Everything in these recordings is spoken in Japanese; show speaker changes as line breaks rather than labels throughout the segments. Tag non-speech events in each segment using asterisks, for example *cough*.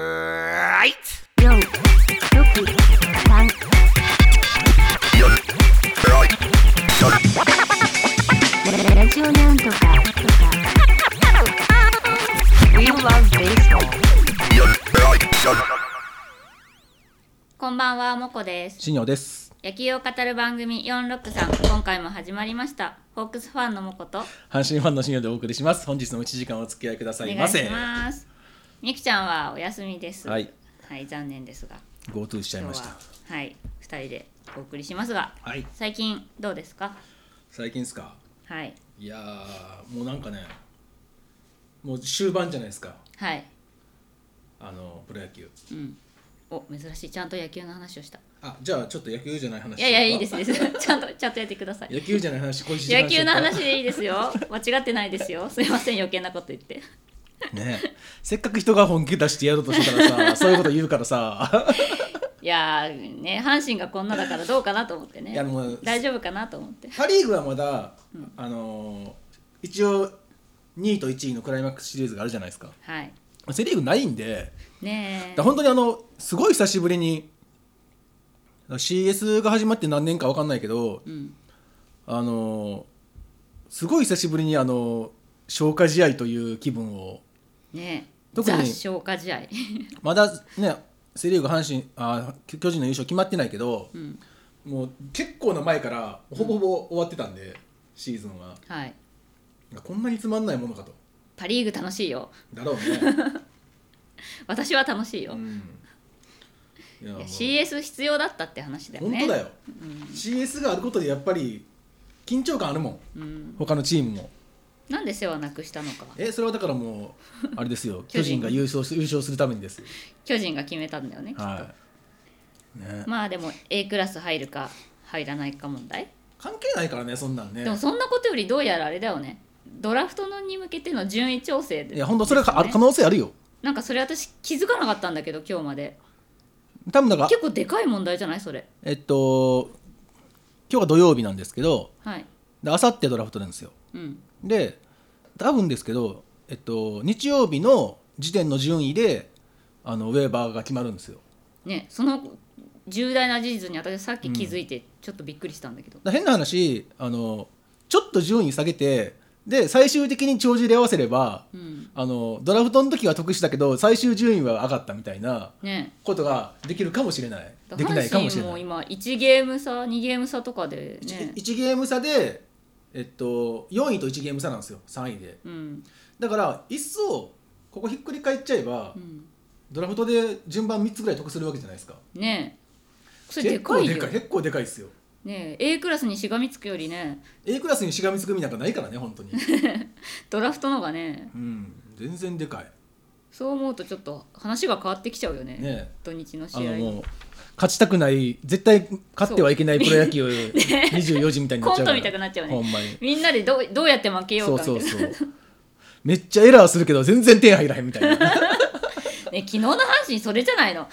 はい
よん、ろく、さん、ララジオなんとか、とか。We love baseball.
こんばんは、もこです。
新庄です
野球を語る番組463、今回も始まりました。ホークスファンのもこと、
阪神ファンの新庄でお送りします本日の1時間お付き合いくださ
お
い
願
ま
い
せ
します。みきちゃんはお休みです。
はい、
はい、残念ですが、
GoTo しちゃい
今
ま
日
した
は、はい、二人でお送りしますが、
はい
最近どうですか
最近ですか
はい、
いやーもうなんかねもう終盤じゃないですか
はい、
あのプロ野球
うん。お、珍しい。ちゃんと野球の話をした。
あじゃあちょっと野球じゃない話
いやいや、いいです、
ね
いいです。 *laughs* ちゃんと、ちゃんとやってください。
野球じゃない話今週
野球の話でいいですよ。間違ってないですよ。すいません、余計なこと言って。
ねえせっかく人が本気出してやろうとして
*laughs*
たらさそういうこと言うからさ
いやーね阪神がこんなだからどうかなと思ってね
いやもう
大丈夫かなと思って
パ・リーグはまだ、あのー一応2位と1位のクライマックスシリーズがあるじゃないですか
はい
セ・リーグないんで
ねえ
だから本当にあのすごい久しぶりに CS が始まって何年か分かんないけど
うん
あのーすごい久しぶりにあのー消化試合という気分を
ねえ
特に
ザ消化試合 *laughs*
まだねセ・リーグ阪神あ巨巨人の優勝決まってないけど、
ん
もう結構な前からほぼほぼ終わってたんで、シーズンは
はい
こんなにつまんないものかと
パ・リーグ楽しいよ
だろうね、
私は楽しいよ、
*laughs* うん、いや
い
も
や
う
CS 必要だったって話だよ
本
ね
当だよ、CS があることでやっぱり緊張感あるもん
うん、
他のチームも
なんで世話なくしたのか
えそれはだからもうあれで
*laughs*
すよ
巨
巨
人
人が優勝す優勝するためにですよ
巨人が決めたんだよねきっと、
はいね
まあでも A クラス入るか入らないか問題
関係ないからねそんなんね
でもそんなことよりどうやらあれだよねドラフトのに向けての順位調整で
いや本当それがある可能性あるよ
なんかそれ私気づかなかったんだけど今日まで
多分だから
結構でかい問題じゃないそれ
えっと今日が土曜日なんですけど
はい
で明後日ドラフトなんですよ
うん
で多分ですけど、えっと、日曜日の時点の順位であのウェーバーが決まるんですよ
ねその重大な事実に私はさっき気づいてちょっとびっくりしたんだけど、
だから変な話あのちょっと順位下げてで最終的に帳尻合わせれば
うん
あのドラフトの時は得したけど最終順位は上がったみたいな
ね
ことができるかもしれないできない
阪
かもし
神
れな
も
い、
今1ゲーム差2ゲーム差とかでね
1, ゲーム差で、えっと、4位と1ゲーム差なんですよ3位で
うん
だから一層ここひっくり返っちゃえば、
うん
ドラフトで順番3つぐらい得するわけじゃないですか
ねそれで
結
か
構
い
で
よ
かい結構でかいですよ
ね A クラスにしがみつくよりね
A クラスにしがみつくみなんかないからね本当に
ドラフトのがね
うん全然でかい
そう思うとちょっと話が変わってきちゃうよね
ね
土日の
あ
試
の
合
もう勝ちたくない絶対勝ってはいけないプロ
*laughs*
野球24時みたいになっちゃ
コン
うから
トみたくなっちゃうね
ほんまに
みんなでどうどうやって負けよ
そうう
かみた
そ
いな
うそうめっちゃエラーするけど全然手入らへんみた
*laughs*
いな
ね、昨日の阪神それじゃないの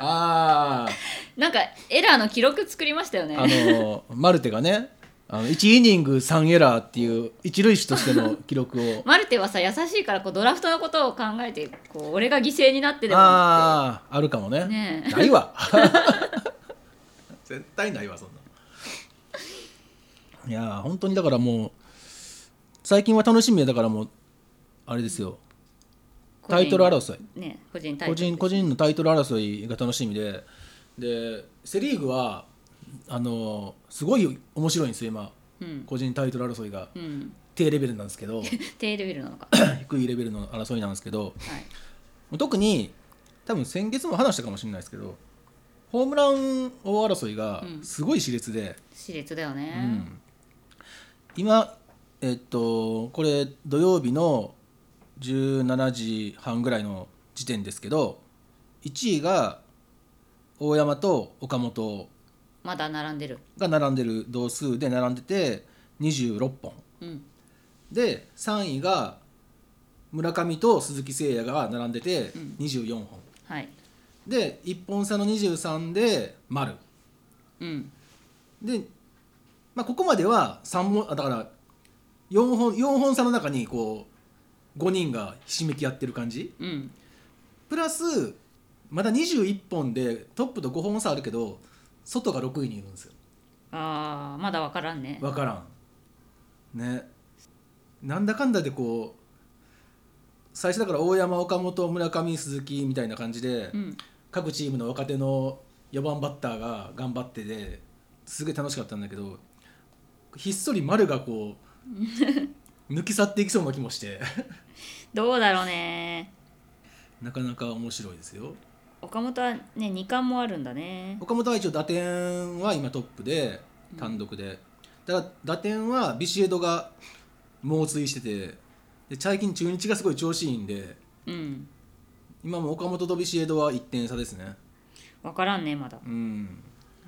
あ
なんかエラーの記録作りましたよね
ああのマルテがねあの1イニング3エラーっていう一塁手としての記録を
マルテはさ優しいからこうドラフトのことを考えてこう俺が犠牲になってでも
あああるかもね
ねえ
な
*laughs*
いわ絶対ないわそんないやー本当にだからもう最近は楽しみやだからもうあれですよタイトル争い
いね個人タイ
個
トル
人個人のタイトル争いが楽しみででセ・リーグはあのすごい面白いんですよ今
うん、
個人タイトル争いが
うん、 *laughs*
低レベルなんですけど
低レベルなの
*laughs*
かはい
低いレベルの争いなんですけど特に多分先月も話したかもしれないですけどホームラン王争いが
うん
すごい熾烈で、
熾烈だよね、
うん今えっとこれ土曜日の17時半ぐらいの時点ですけど1位が大山と岡本
まだ並んでる
が並んでる同数で並んでて26本
うん
で3位が村上と鈴木誠也が並んでて
うん
24本、
はい
で1本差の23で丸
うん
で、まあ、ここまでは三本あだから4本四本差の中にこう5人がひしめき合ってる感じ
うん
プラスまだ21本でトップと5本差あるけど外が6位にいるんですよ
あーまだ分からんね
分からんねなんだかんだでこう最初だから大山岡本村上鈴木みたいな感じで、
うん
各チームの若手の4番バッターが頑張ってですげえ楽しかったんだけどひっそり丸がこ
*laughs*
う抜き去っていきそうな気もして *laughs*
どうだろうね
なかなか面白いですよ
岡本はね2冠もあるんだね
岡本は一応打点は今トップで単独で、ただ打点はビシエドが猛追しててで最近中日がすごい調子いいんで
うん
今も岡本とビシエドは1点差ですね
分からんねまだ
うん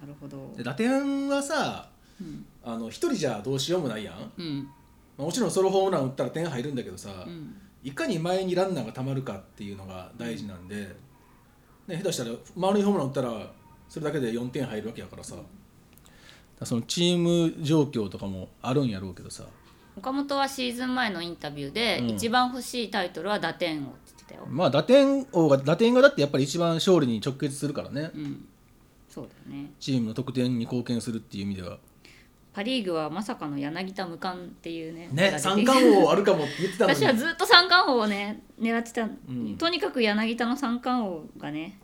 なるほど
で打点はさ
うん
あの1人じゃどうしようもないやん
うん
まあもちろんソロホームラン打ったら点入るんだけどさ、
うん
いかに前にランナーがたまるかっていうのが大事なんで、ね、下手したら丸いホームラン打ったらそれだけで4点入るわけやからさ、だからそのチーム状況とかもあるんやろうけどさ、
岡本はシーズン前のインタビューで、
うん
一番欲しいタイトルは打点王って言ってたよ、
まあ、打点王が打点がだってやっぱり一番勝利に直結するからね、
うん、そうだよね
チームの得点に貢献するっていう意味では。
パ・リーグはまさかの柳田無冠っていうね
ね、
三
三冠王あるかもって言ってたのに
私はずっと三冠王をね狙ってた、
ん
とにかく柳田の三冠王がね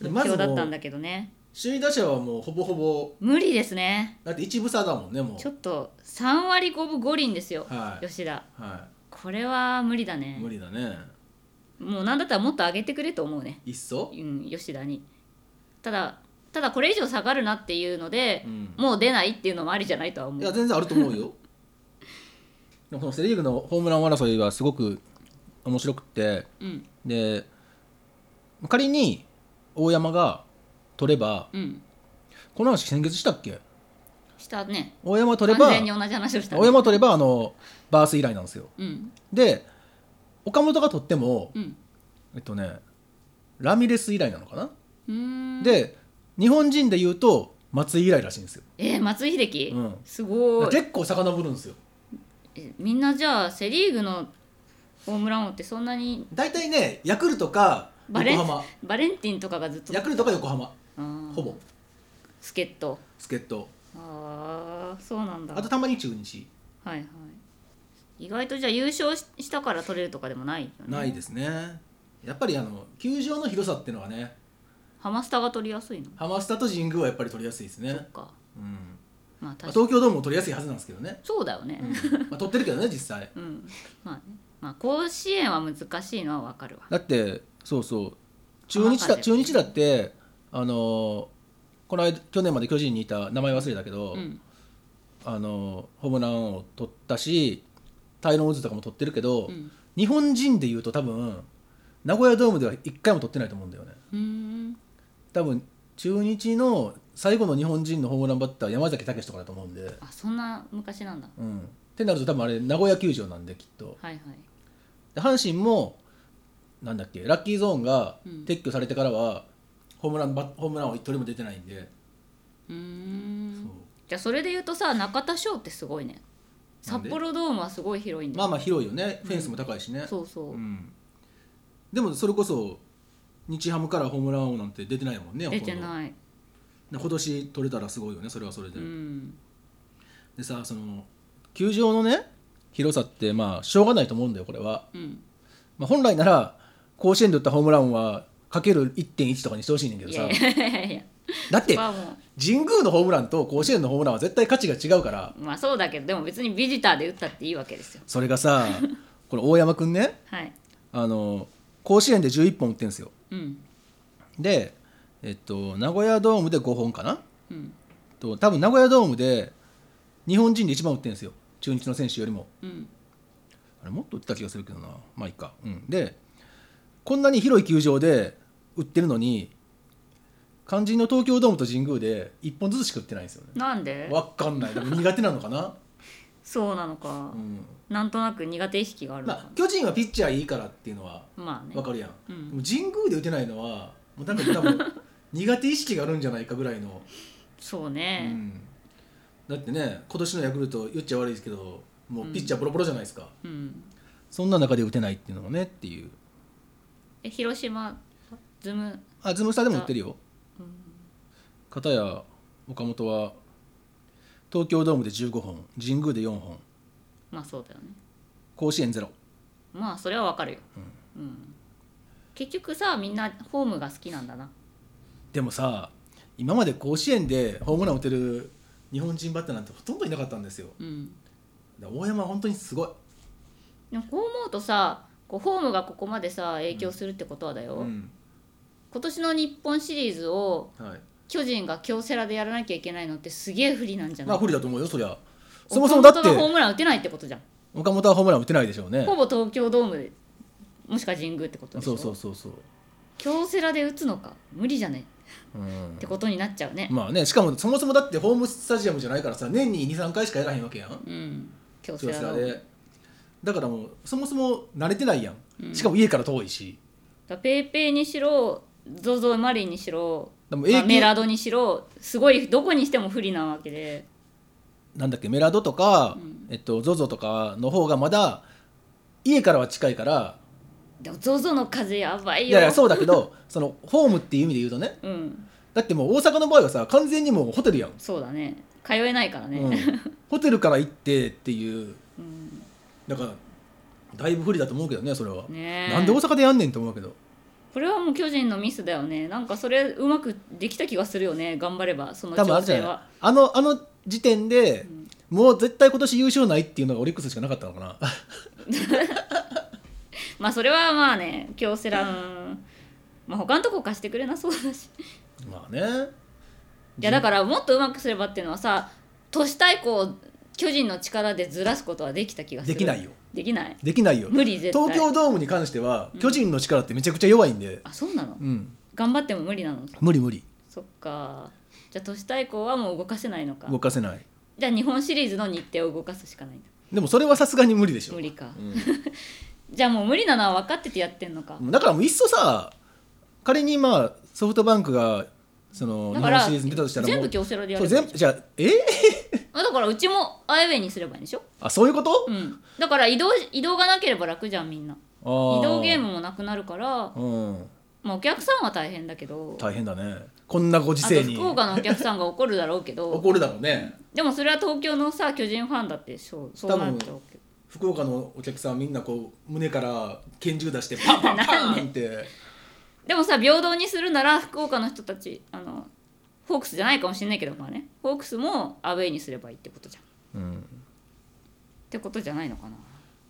目標だったんだけどね、
首位打者はもうほぼほぼ
無理ですね
だって一部差だもんねも
ちょ
う
っと3割5分5厘ですよ、
はい
吉田
は
これは無理だ
い
ね
無理だね
もうなんだったらもっと上げてくれと思うね
いっそ
うん吉田にただただこれ以上下がるなっていうので、
うん
もう出ないっていうのもありじゃないとは思
いうや全然あると思う *laughs* よでもこのセ・リーグのホームラン王争いはすごく面白くって
うん
で仮に大山が取れば
うん
この話先決したっけ
したね
大山取れば
完全に同じ話をしたね
大山取ればあのバース以来なんですよ
うん
で岡本が取っても
うん
えっとねラミレス以来なのかな、
うーん
で日本人で言うと松井以来らしいんですよ
えー、松井秀喜、
うん
すごい
結構遡るんですよ
えみんなじゃあセ・リーグのホームラン王ってそんなに
大体ねヤクルトか
バレ
横
ン
浜
バレンティンとかがずっと
ヤクルトか横浜ほ
ほ
ぼ
助っ人
助っ人
ああそうなんだ
あとたまに中日
はいはい意外とじゃあ優勝ししたから取れるとかでもないよね
ないですねやっぱりあの球場の広さっていうのはね
ハマスタが取りやすいの
ハマスタと神宮はやっぱり取りやすいですね、
そっか
うん
まあ
まあ、
確かに
東京ドームも取りやすいはずなんですけどね、
そうだよね
うんまあ、取ってるけどね実際
うん、まあねまあ甲子園は難しいのはわかるわ
だってそうそう中日だ
浜風
中日だってあのこの間去年まで巨人にいた名前忘れたけど、
うん
あのホームランを取ったしタイロン・ウッズとかも取ってるけど、
うん
日本人でいうと多分名古屋ドームでは1回も取ってないと思うんだよね
うーん
多分中日の最後の日本人のホームランバッター山崎武史とかだと思うんで、
あそんな昔なんだ
うん、ってなると多分あれ名古屋球場なんできっと
はいはい
で阪神もなんだっけラッキーゾーンが
うん
撤去されてからは、ホームランバッホームランを一人も出てないんで、
うー
そ
ん
う
じゃあそれで言うとさ中田翔ってすごいね
な
札
んで
幌ドームはすごい広いんだ
ま
よ、
あまあ広いよねフェンスも高いしね、
そうそう、
うんでもそれこそ日ハムからホームラン王なんて出てないもんね
出て
ほとん
ない、
ど今年取れたらすごいよねそれはそれで、
うん、
でさその球場のね広さってまあしょうがないと思うんだよこれは、
うん、
まあ、本来なら甲子園で打ったホームランはかける1.1とかにしてほしいねんけど
い
さ
やいやいやいや
だっ
そ
て
こはも
神宮のホームランと甲子園のホームランは絶対価値が違うから
うまあそうだけどでも別にビジターで打ったっていいわけですよ
それ
*laughs*
がさこれ大山くんね
はい
あの甲子園で11本打ってんすよ
うん
でえっと名古屋ドームで5本かな
うん
と多分名古屋ドームで日本人で一番打ってんすよ中日の選手よりも
うん
あれもっと打ってた気がするけどなまあいいか、うん、でこんなに広い球場で打ってるのに肝心の東京ドームと神宮で1本ずつしか打ってないんですよね
なんで
わかんないでも苦手なの
*laughs*
かな、
そうなのか
う、ん、
なんとなく苦手意識があるのか
まあ巨人はピッチャーいいからっていうのは
なまあね
わかるやん、
うん
でも神宮で打てないのはもうなんか
*laughs*
多分苦手意識があるんじゃないかぐらいの、
そう
う
ね
ん、だってね今年のヤクルト言っちゃ悪いですけどもうピッチャーボロボロじゃないですか、
うん、
そんな中で打てないっていうのもねっていう
え広島ずズーム
あズムスタでも売ってるよ、片や岡本は東京ドームで15本神宮で4本
まあそうだよね
甲子園ゼロ
まあそれはわかるよ、うん結局さみんなホームが好きなんだな
でもさ今まで甲子園でホームラン打てる日本人バッターなんてほとんどいなかったんですよ
うん
だから大山は本当にすごい、
でもこう思うとさこうホームがここまでさ影響するってことはだよ、
うん
今年の日本シリーズを
はい、
巨人が京セラでやらなきゃいけないのってすげえ不利なんじゃな
まあ
い、
不利だと思うよそりゃそもそもだっ
岡本がホー
て
ムラン打てないってことじゃん
岡本はホームラン打てないでしょうね
ほぼ東京ドームでもしくは神宮ってことでし
そ
ょ
うそうそうそう、
京セラで打つのか無理じゃね
うん
ってことになっちゃうね
まあねしかもそもそもだってホームスタジアムじゃないからさ年に23回しかやらへんわけやん
うん京セ
京
ラ
セラ
だ
でだからもうそもそも慣れてないやん、
うん
しかも家から遠いし
だペイペイにしろゾゾマリンにしろ、
でも
まあ
AQ
メラドにしろすごいどこにしても不利なわけで
なんだっけメラドとか、
うん
えっと、ZOZO とかの方がまだ家からは近いから
でもゾゾの風やばいよ
いやいやそうだけど *laughs* そのホームっていう意味で言うとね
うん
だってもう大阪の場合はさ完全にもうホテルやん、
そうだね通えないから
うん
ね、
ホテルから行ってっていう
うん
だからだいぶ不利だと思うけどねそれは、
*laughs* ねえ
なんで大阪でやんねんと思うけど
これはもう巨人のミスだよねなんかそれうまくできた気がするよね頑張ればその
多分あ
調
れ
整
じゃない
は
あのあの時点で、
ん
もう絶対今年優勝ないっていうのがオリックスしかなかったのかな *laughs*
まあそれはまあね京セラうんまあ他のとこ貸してくれなそうだし
まあね
いやだからもっとうまくすればっていうのはさ都市対抗を巨人の力でずらすことはできた気がする
できないよ
できない
できないよ
無理絶対
東京ドームに関しては巨人の力ってめちゃくちゃ弱いんで、
あそうなの
うん
頑張っても無理なの
無理無理
そっかじゃあ都市対抗はもう動かせないのか
動かせない
じゃあ日本シリーズの日程を動かすしかないんだ
でもそれはさすがに無理でしょ
無理か
う
*laughs* じゃあもう無理なのは分かっててやってんのか
んだからもういっそさ仮にまあソフトバンクがその
だ
日
か
本
ら
シリーズに出たとしたら
全
も
部
う
京セラでや
そう
ればいい
全
じ
部じゃあえ *laughs*
ゃんあだからうちもアイウェイにすればいいんでしょ
あそういうこと、
うんだから移動移動がなければ楽じゃんみんな
あー
移動ゲームもなくなるから
うん
まあお客さんは大変だけど
大変だねこんなご時
あと
世に
福岡のお客さんが怒るだろうけど
*laughs* 怒るだろうね
でもそれは東京のさ巨人ファンだってそうそうなっちゃうけど
福岡のお客さんみんなこう胸から拳銃出してパンパンパンって
でもさ平等にするなら福岡の人たちあのホークスじゃないかもしれないけどまあねホークスもアウェイにすればいいってことじゃんっ
うん
てことじゃないのかな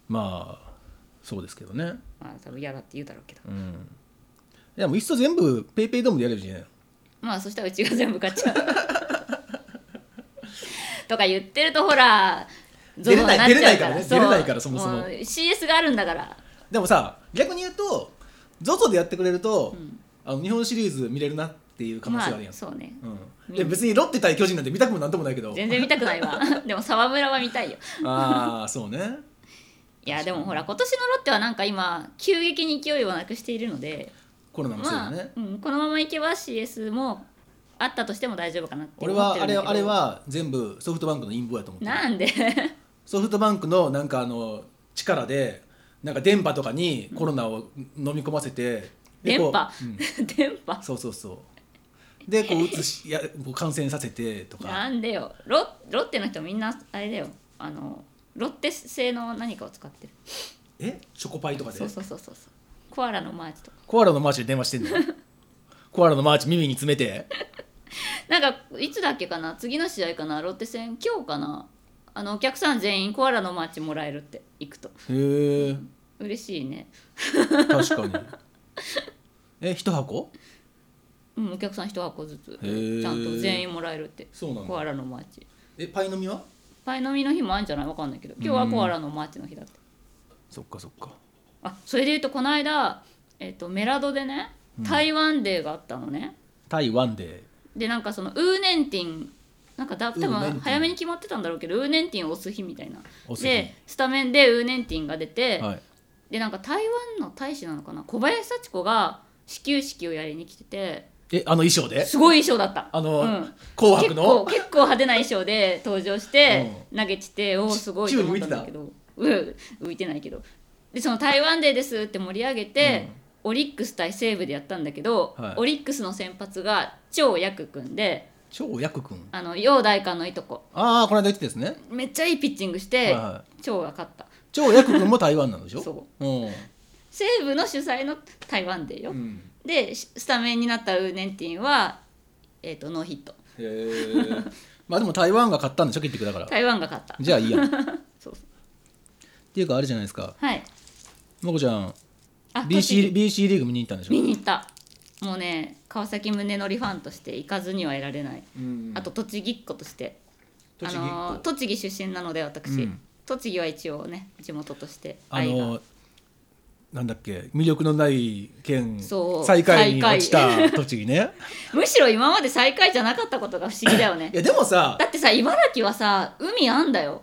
まあそうですけどね
まあ多分嫌だって言うだろうけど
うんいやもういっそ全部ペイペイドームでやれるじゃん
まあそしたらうちが全部買っちゃう *laughs* とか言ってるとほら
出れない
ゾゾにっちゃう
出れないからね
う
出れないからそもそも
う CS があるんだから
でもさ逆に言うと ZOZO でやってくれると、
ん
あの日本シリーズ見れるなっていう可能性あるや
まあ
ん、
そうね
うん、で別にロッテ対巨人なんて見たくもなんともないけど
全然見たくないわ *laughs* でも沢村は見たいよ
ああそうね
いやでもほら今年のロッテはなんか今急激に勢いをなくしているので、
コロナのせい
ま
で
あ
ね、
うん、このままいけば CS もあったとしても大丈夫かなって
俺
思っ
は
てるんだ
あ
け
れ
ど
あれは全部ソフトバンクの陰謀やと思ってる
なんで
ソフトバンクのなんかあの力でなんか電波とかにコロナを飲み込ませて、で
電
こう
波、
うん、
電波
そうそうそうでこううつしいやこう感染させてと
な
か
んでよロロッテの人みんなあれだよあのロッテ製の何かを使ってる
えチョコパイとかで
そうそうそうそうそうコアラのマーチとか
コアラのマーチで電話してんのコアラのマーチ耳に詰めて
なんかいつだっけかな次の試合かなロッテ戦今日かなあのお客さん全員コアラのマーチもらえるって行くと
へえ
嬉しいね
確かにえ一箱
うん、お客さん一箱ずつ
ー
ちゃんと全員もらえるって
そうなんだ
コアラのマーチ
えパイの実は
パイの実の日もあるんじゃないわかんないけど今日はコアラのマーチの日だって
そっかそっか
あそれで言うとこの間、えっとメラドでね台湾デーがあったのね、
台湾で
でなんかそのウーネンティンなんかだ多
ウーネンティ
分
ン
早めに決まってたんだろうけどウーネンティンを押す日みたいな
押す日
でスタメンでウーネンティンが出て、
はい
でなんか台湾の大使なのかな小林幸子が始球式をやりに来てて
えあの衣装です
ごい衣装だった
あの、
うん
紅
結構
白の
結構派手な衣装で登場して投げちておおすごいと思ったんだけどうん浮いてないけどでその「台湾デーです」って盛り上げて、オリックス対西武でやったんだけど、
はい
オリックスの先発が超薬君で
超ヤク君
あの陽大官のいとこ
ああこの間言ってたですね
めっちゃいいピッチングし
はい
て、
は
超が勝った
超ヤク君も台湾なんでしょ、
そう
うん
西武の主催の台湾でよ、
うん、
でしスタメンになったウーネンティンは、えー、とノーヒット
へえまあでも台湾が勝ったんでしょ結局だから
台湾が勝った
じゃあいいやんっ
そうそう
ていうかあれじゃないですか
はい
もこちゃん
あ
BC, BC リーグ見に行ったんでしょ
見に行ったもうね川崎宗則ファンとして行かずにはいられない、
うん
あと栃木っ子として
栃木っ子
あのー栃木出身なので私、
うん
栃木は一応ね地元として
あ
愛が
のなんだっけ魅力のない県
そう
最下位に落
最
ち
下位
た *laughs* 栃
*laughs*
木ね
むしろ今まで最下位じゃなかったことが不思議だよね
いやでもさ
だってさ茨城はさ海あんだよ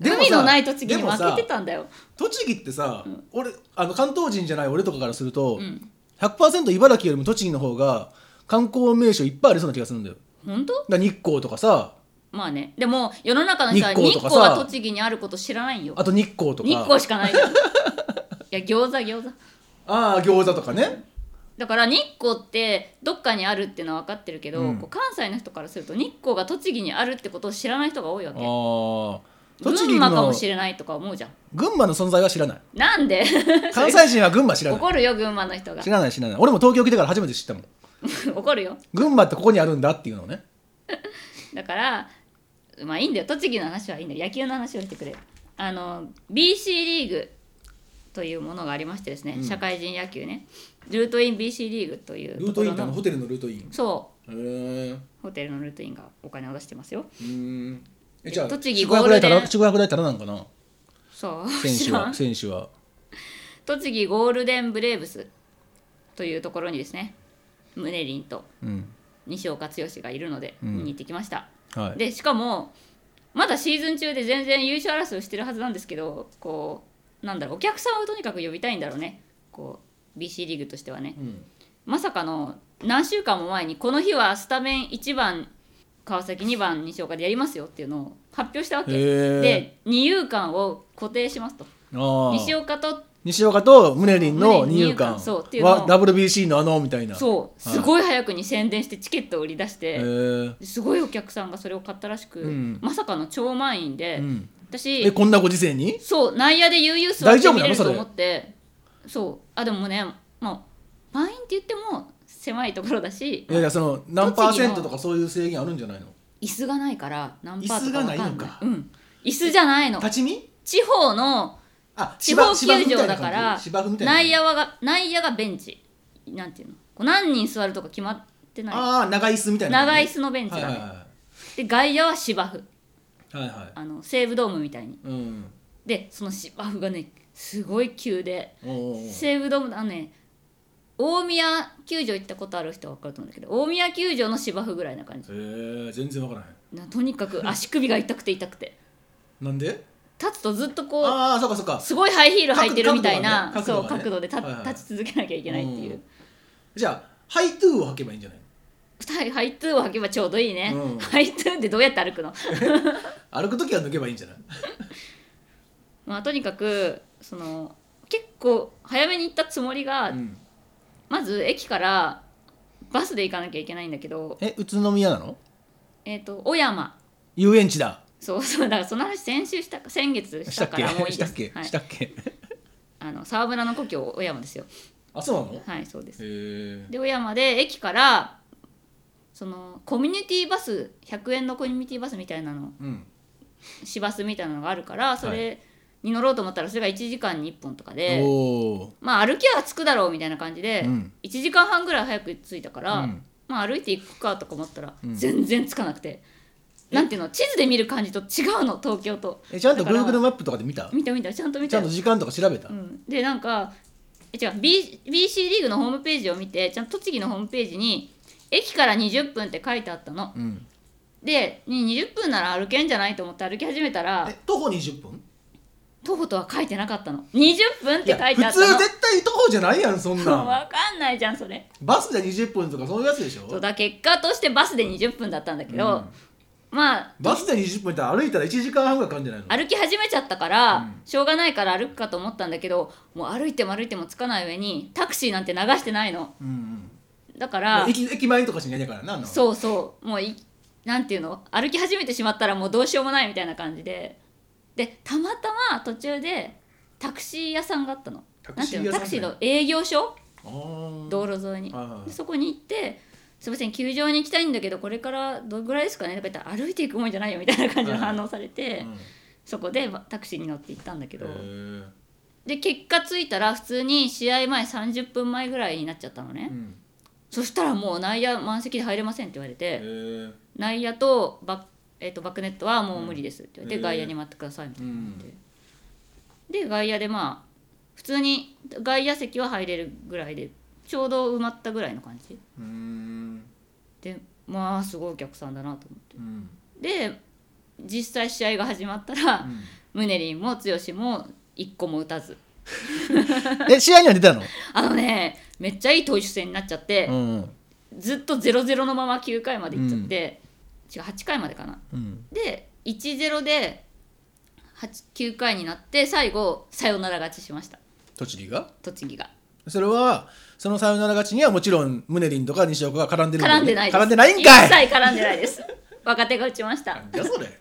でもさ
海のない栃木に
でも
負
さ
けてたんだよ
栃木ってさ、俺あの関東人じゃない俺とかからすると、
ん
100%茨城よりも栃木の方が観光名所いっぱいありそうな気がするんだよ
本当
だから日光とかさま
まあねでも世の中の人は
日光
日
とか
光
さ
が栃木にあること知らないよ
あと日光とか
日光しかない
*laughs*
じゃんいや餃子餃子
ああ餃子とかね
だから日光ってどっかにあるっていうのは分かってるけど、
うん
こう関西の人からすると日光が栃木にあるってことを知らない人が多いわ
ああ
け
栃木
群馬か
の
もしれないとか思うじゃん
群馬の存在は知らない
なんで
関西人は群馬知らな
*laughs*
い
怒るよ群馬の人が
知らない知らない俺も東京来てから初めて知ったもん
*laughs* 怒るよ
群馬ってここにあるんだっていうのをね
だからまあいいんだよ栃木の話はいいんだよ野球の話をしてくれあの BC リーグというものがありましてですね、
うん
社会人野球ねルートイン BC リーグという
ルー
とこ
トイ
ろ
ン
の
のホテルのルートイン
そ
へえ
うホテルのルートインがお金を出してますよ
うんえじゃあ
栃木
宿泊代た
ゴール
ら
デン
宿泊代たらなんかな
そう
選
知
手
らん
は選手は
栃木ゴールデンブレーブスというところにですねムネリンと
うん
西岡剛がいるので
うん
見に行ってきました、
はい
でしかもまだシーズン中で全然優勝争いをしてるはずなんですけどこうなんだろうお客さんをとにかく呼びたいんだろうねこう BC リーグとしてはね
うん
まさかの何週間も前にこの日はスタメン1番川崎2番西岡でやりますよっていうのを発表したわけ
へー
で二遊間を固定しますと
ああ
西岡と
西岡とムネリンの二遊間は
二遊間そうっていうのを
WBC のあのみたいなう
そう
はい
すごい早くに宣伝してチケットを売り出し
へ
て、
え
すごいお客さんがそれを買ったらしく、
うん
まさかの超満員で、
うんえ
私
こんなご時世に
そう内野で悠々座っ
大丈
て
夫な
見
の
れると思ってそうあでもねまあ満員って言っても狭いところだし
いやいやその何パーセントとかそういう制限あるんじゃないの
椅子がないから何パーと
椅
か
子が
わ
な
か
い
んない
のか
うん、椅子じゃないの
立ち見
地方の
あ
地
芝
方
芝生み
球場
たいな
だ
感じ
から
芝生みたいな感じ
内野はが内野がベンチなんていうのこう何人座るとか決まってない
ああ長い椅子みたいな
長い椅
子
子のベンチだ
は
ね、
いはい
で外野は芝生
はいはいはい
あの西武ドームみたいに
うん
でその芝生がねすごい急で
おうおうおう
西武ドームのあのね大宮球場行ったことある人は分かると思うんだけど大宮球場の芝生ぐらいな感じ
へえ全然わからへん
なとにかく足首が痛くて痛くて
なんで
立つとずっとこ
ああそうかそうか
うすごいハイヒール履いてるみたいなそ
角角
う
度が
角度で
ね
立
はいはい
立ち続けなきゃいけないっていううん
じゃあハイトゥーを履けばいいんじゃない
二人ハイトゥーを履けばちょうどいいね
うん
ハイトゥーってどうやって歩くの
の歩く時は抜けばいいんじゃない
まあとにかくその結構早めに行ったつもりが
うん
まず駅からバスで行かなきゃいけないんだけど、
え宇都宮なの
えー、と小山
遊園地だ
そうそうだからその話先週した先月し
し
た
たっ
か
け
らもういい
した
で
っ
す
け
はい
したっけ
あの沢村の故郷小山ですよ
あそうなのへ
はいそうです
え
で小山で駅からそのコミュニティバス100円のコミュニティバスみたいなの
うん
市バスみたいなのがあるからそれに乗ろうと思ったらそれが1時間に1本とかで、
おお
まあ歩きは着くだろうみたいな感じで、
うん
1時間半ぐらい早く着いたから、
うん
まあ歩いていくかとか思ったら、
うん
全然着かなくてなんていうの地図で見る感じと違うの東京と
えちゃんと
だから
Google マップとかで見た
見た見たちゃんと見
ちゃ
た
ん
よ
と時間とか調べた
うん、でなんかえ違う、B、BC リーグのホームページを見てちゃんと栃木のホームページに駅から20分って書いてあったの
うん
でに20分なら歩けんじゃないと思って歩き始めたら
え徒歩20分
徒歩とは書いてなかったの20分っ
い
て
や
書いてあ
普
ったの
通絶対徒歩じゃないやんそん
*laughs* 分
なん
かんないじゃんそれ
バスで20分とかそういうやつでしょ
そうだ結果としてバスで20分だったんだけど、
うん
まあ
バスで20分やったら歩いたら1時間半ぐらいかかるんじゃないの
歩き始めちゃったから、
うん
しょうがないから歩くかと思ったんだけどもう歩いても歩いてもつかない上にタクシーなんて流してないの
うんうん
だか
ま
ら
あ駅駅前とかしかいないからなあの
そうそうもういなんていうの歩き始めてしまったらもうどうしようもないみたいな感じででたまたま途中でタクシー屋さんがあったの
タク
なんて
シ
い
ー
うの
屋さ
タ
ん
クシーの営業所
あー
道路沿いに、
はいはいはい
でそこに行って「すいません球場に行きたいんだけどこれからどれぐらいですかね?」とか言ったら「歩いていくもんじゃないよ」みたいな感じの反応されて、
うんへ
そこでまタクシーに乗って行ったんだけど、
ー
で結果着いたら普通に試合前30分前ぐらいになっちゃったのね、
うん
そしたらもう内野満席で入れませんって言われて、
へー
内野とバッ,、えー、とバックネットはもう無理ですって言われて、
うん
外野に待ってくださいみたいな感じで、で外野でまあ普通に外野席は入れるぐらいでちょうど埋まったぐらいの感じ
うーん
でまあすごいお客さんだなと思って *laughs*
うん
で実際試合が始まったら、
うん
ムネリンも剛も一個も打たず
え試合には出たの
あのねめっちゃいい投手戦になっちゃって、
ん
ずっと0-0のまま9回までいっちゃって、違う8回までかな
うん
で1-0で8 9回になって最後サヨナラ勝ちしました
栃木が
栃木が
それはそのサヨナラ勝ちにはもちろんムネリンとか西岡が絡んでるだよ
絡んでないです
絡んでないんかい
一切絡んでないです若手が打ちました
なんじゃそれも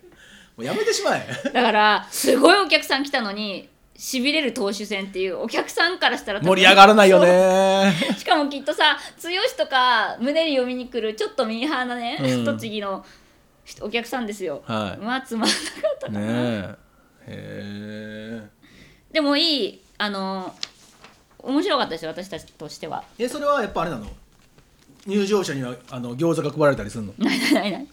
うやめてし
*laughs*
まえ
だからすごいお客さん来たのにしびれる投手戦っていうお客さんからしたら
盛り上がらないよね
そうしかもきっとさ剛とか胸に読みに来るちょっとミーハーなね、
うん
栃木のお客さんですよ、
はい
まあつまんなかった
ねえへ
でもいいあの面白かったですよ私たちとしては
ええそれはやっぱあれなの入場者にはあの餃子が配られたりするの
ないないないない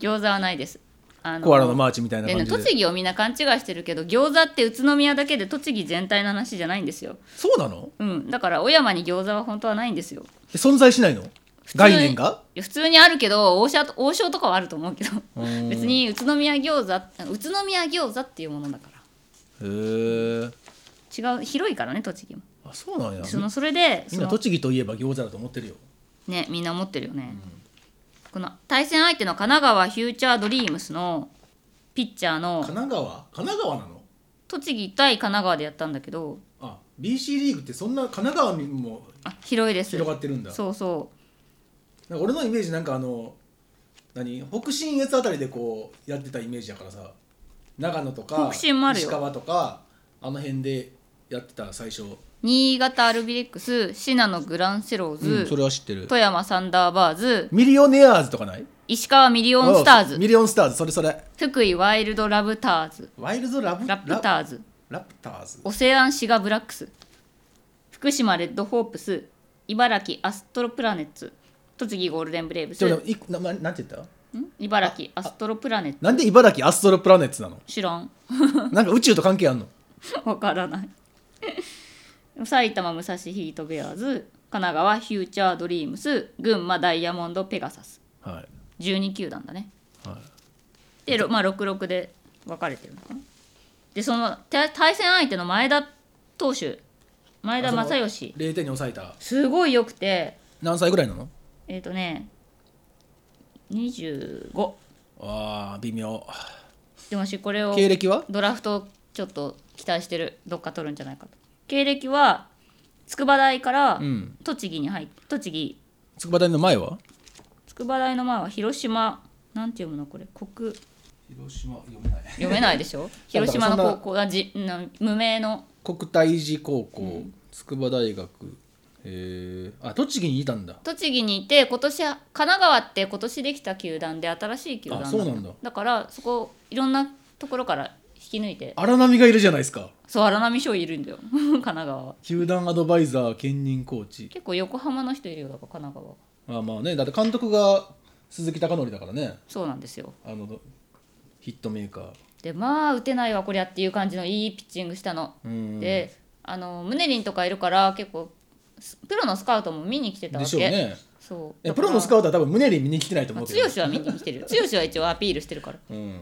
餃子はないですあ
コアラのマーチみたいな
でね
感じで
栃木をみんな勘違いしてるけど餃子って宇都宮だけで栃木全体の話じゃないんですよ、
そうなの
うん、だから小山に餃子は本当はないんですよ
え存在しないの
通に
概念が
いや普通にあるけど王将と王将とかはあると思うけど
うん
別に宇都宮餃子宇都宮餃子っていうものだか
へえ
ら違う広いからね栃木も
あそうなんや
そのそれで
み
そ
んな
の
栃木といえば餃子だと思ってるよ
ねみんな思ってるよね、この対戦相手の神奈川フューチャードリームスのピッチャーの
神奈川神奈川なの
栃木対神奈川でやったんだけど
あ BC リーグってそんな神奈川にも
あ広いです
広がってるんだ
そうそう
なんか俺のイメージなんかあの何北信越あたりでこうやってたイメージだからさ長野とか
北信もあるよ
石川とかあの辺でやってた最初、
新潟アルビレックス信濃グランセローズ、
それは知ってる
富山サンダーバーズ
ミリオネアーズとかない
石川ミリオンスター
あ
ズ
ミリオンスターズそれそれ
福井ワイルドラブターズ
ワイルドラブ
ラプ
ラ
ターズ
ラプターズ
オセアンシガブラックス福島レッドホープス茨城アストロプラネッツ栃木ゴールデンブレイブス
ちょっといなななんて言った
ん茨城アストロプラネッツ
なんで茨城アストロプラネッツな
*laughs*
の
知らん
なんか宇宙と関係あんの
わからない *laughs* 埼玉武蔵ヒートベアーズ神奈川フューチャードリームス群馬ダイヤモンドペガサス
はい
12球団だね
は
で、ろまあ、66で分かれてるのかなでその対対戦相手の前田投手前田正義
0点に抑えた
すごい良くて
何歳ぐらいなの
えっ、とね25
ああ微妙
でもしこれを
経歴は
ドラフトちょっと期待してるどっか取るんじゃないかと経歴は筑波大から
うん
栃木に入って栃木
筑波大の前は
筑波大の前は広島なんて読むのこれ国
広島読めない
読めないでし
*laughs*
ょ広島の高校あじな無名の
国体寺高校、筑波大学えー、あ栃木にいたんだ
栃木にいて今年神奈川って今年できた球団で新しい球団
あそうなんだ
だからそこいろんなところから引き抜いて
荒波がいるじゃないですか
そう荒波翔いるんだよ *laughs* 神奈川は
球団アドバイザー兼任コーチ
結構横浜の人いるよだから神奈川は
あまあねだって監督が鈴木貴則だからね
そうなんですよ
あのヒットメーカー
でまあ打てないわこりゃっていう感じのいいピッチングしたの、
うん
であのムネリンとかいるから結構すプロのスカウトも見に来てたわけ
でしょうね
そう
えプロのスカ
ウ
ウトは多分胸に見に来てないと
ト
思
剛
うけど、
は見に来て
*laughs*
るよ剛は一応アピールしてるから
うん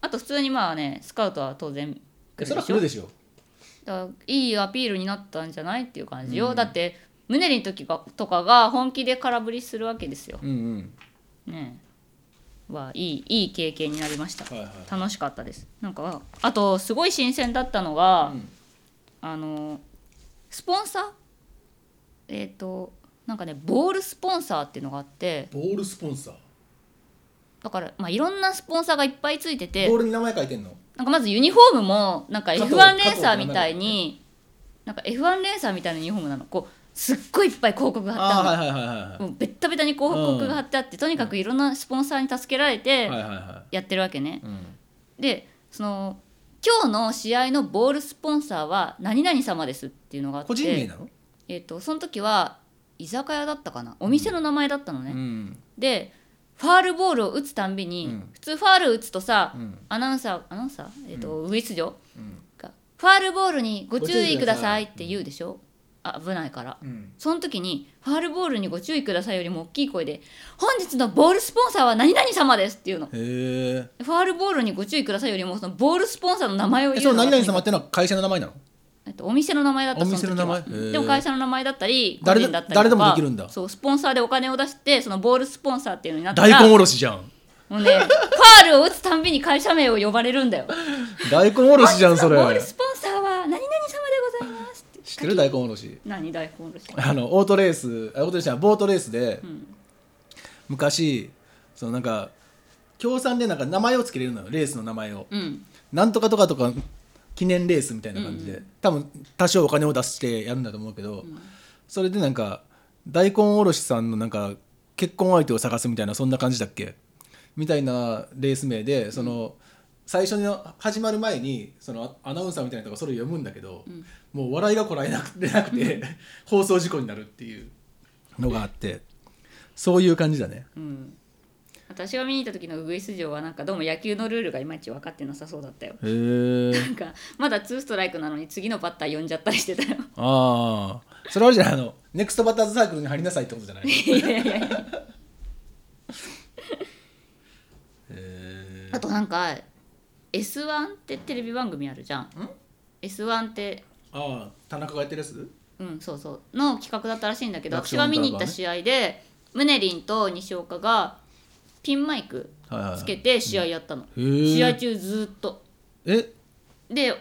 あと普通にまあねスカウトは当然来
え
る
そ
で
れは
し
来
ょ
るでしょ
だからいいアピールになったんじゃないっていう感じよ、だってムネリン時がとかが本気で空振りするわけですよ、
うんうん
ねえはいいいい経験になりました、
はいはい
楽しかったですなんかあとすごい新鮮だったのが、
うん
あのスポンサーえっ、となんかねボールスポンサーっていうのがあって
ボールスポンサー
だから、まあ、いろんなスポンサーがいっぱいついてて
ボールに名前書いてんの
なんかまずユニフォームもなんか
加
F1
藤
レーサーみたいになんか F1 レーサーみたいなユニフォームなのこうすっごいいっぱい広告が貼ってあ
あ
るの
あーはいはいはいはい
もうベッタベタに広告が貼ってあって、とにかくいろんなスポンサーに助けられて
はいはいは
やってるわけね、
いうん
でその今日の試合のボールスポンサーは何々様ですっていうのがあって
個人名なの
えっとその時は居酒屋だったかなお店の名前だったのね、
うん
でファールボールを打つたんびに、
うん
普通ファール打つとさ、
うん
アナウンサーアナウンサー、えっとウグイス嬢
うん
が「ファールボールにご注意ください」
ご注意ください
って言うでしょ、あ危ないから
うん
その時にファールボールにご注意くださいよりも大きい声で「本日のボールスポンサーは何々様です」っていうの
へえ
ファールボールにご注意くださいよりもそのボールスポンサーの名前を
え
言
そう
の
の
が
何々様ってのは会社の名前なの
えっと、お店の名前だった
お店の名前
そ時は
へえ
でも会社の名前だったり個
誰で
人だったりとか
誰でもできるんだ
そうスポンサーでお金を出してそのボールスポンサーっていうのになった
大
ら
根
も
おろしじゃん
うねファールを打つたんびに会社名を呼ばれるんだよ
大根おろしじゃんそれ
ボールスポンサーは何々様でございますって
知ってる大根おろし
何大根おろし
あのオートレースあオートレースじゃないボートレースで、昔そのなんか協賛でなんか名前をつけれるのよレースの名前を、
うん
なんとかとかとか記念レースみたいな感じで、多分多少お金を出してやるんだと思うけど、それでなんか大根おろしさんのなんか結婚相手を探すみたいなそんな感じだっけみたいなレース名でその、最初の始まる前にそのアナウンサーみたいなとかそれ読むんだけど、もう笑いがこらえなく出なくて放送事故になるっていうのがあってそういう感じだね。
うん私が見に行った時のウグイス嬢はなんかどうも野球のルールがいまいち分かってなさそうだったよ
へー
なんかまだツーストライクなのに次のバッター呼んじゃったりしてたよ
ああそれあるじゃないあのネクストバッターズサークルに貼りなさいってことじゃない
いやいやいや
へ
あとなんか S1 ってテレビ番組あるじゃん
ん
S1 って
ああ田中がやってるやつ
うんそうそうの企画だったらしいんだけど
アクシ
私
ョン
が見に行っ
ド
た
ラマね
試合でムネリンと西岡がピンマイクつけて試合やったの、
へー
試合中ずーっと
え
で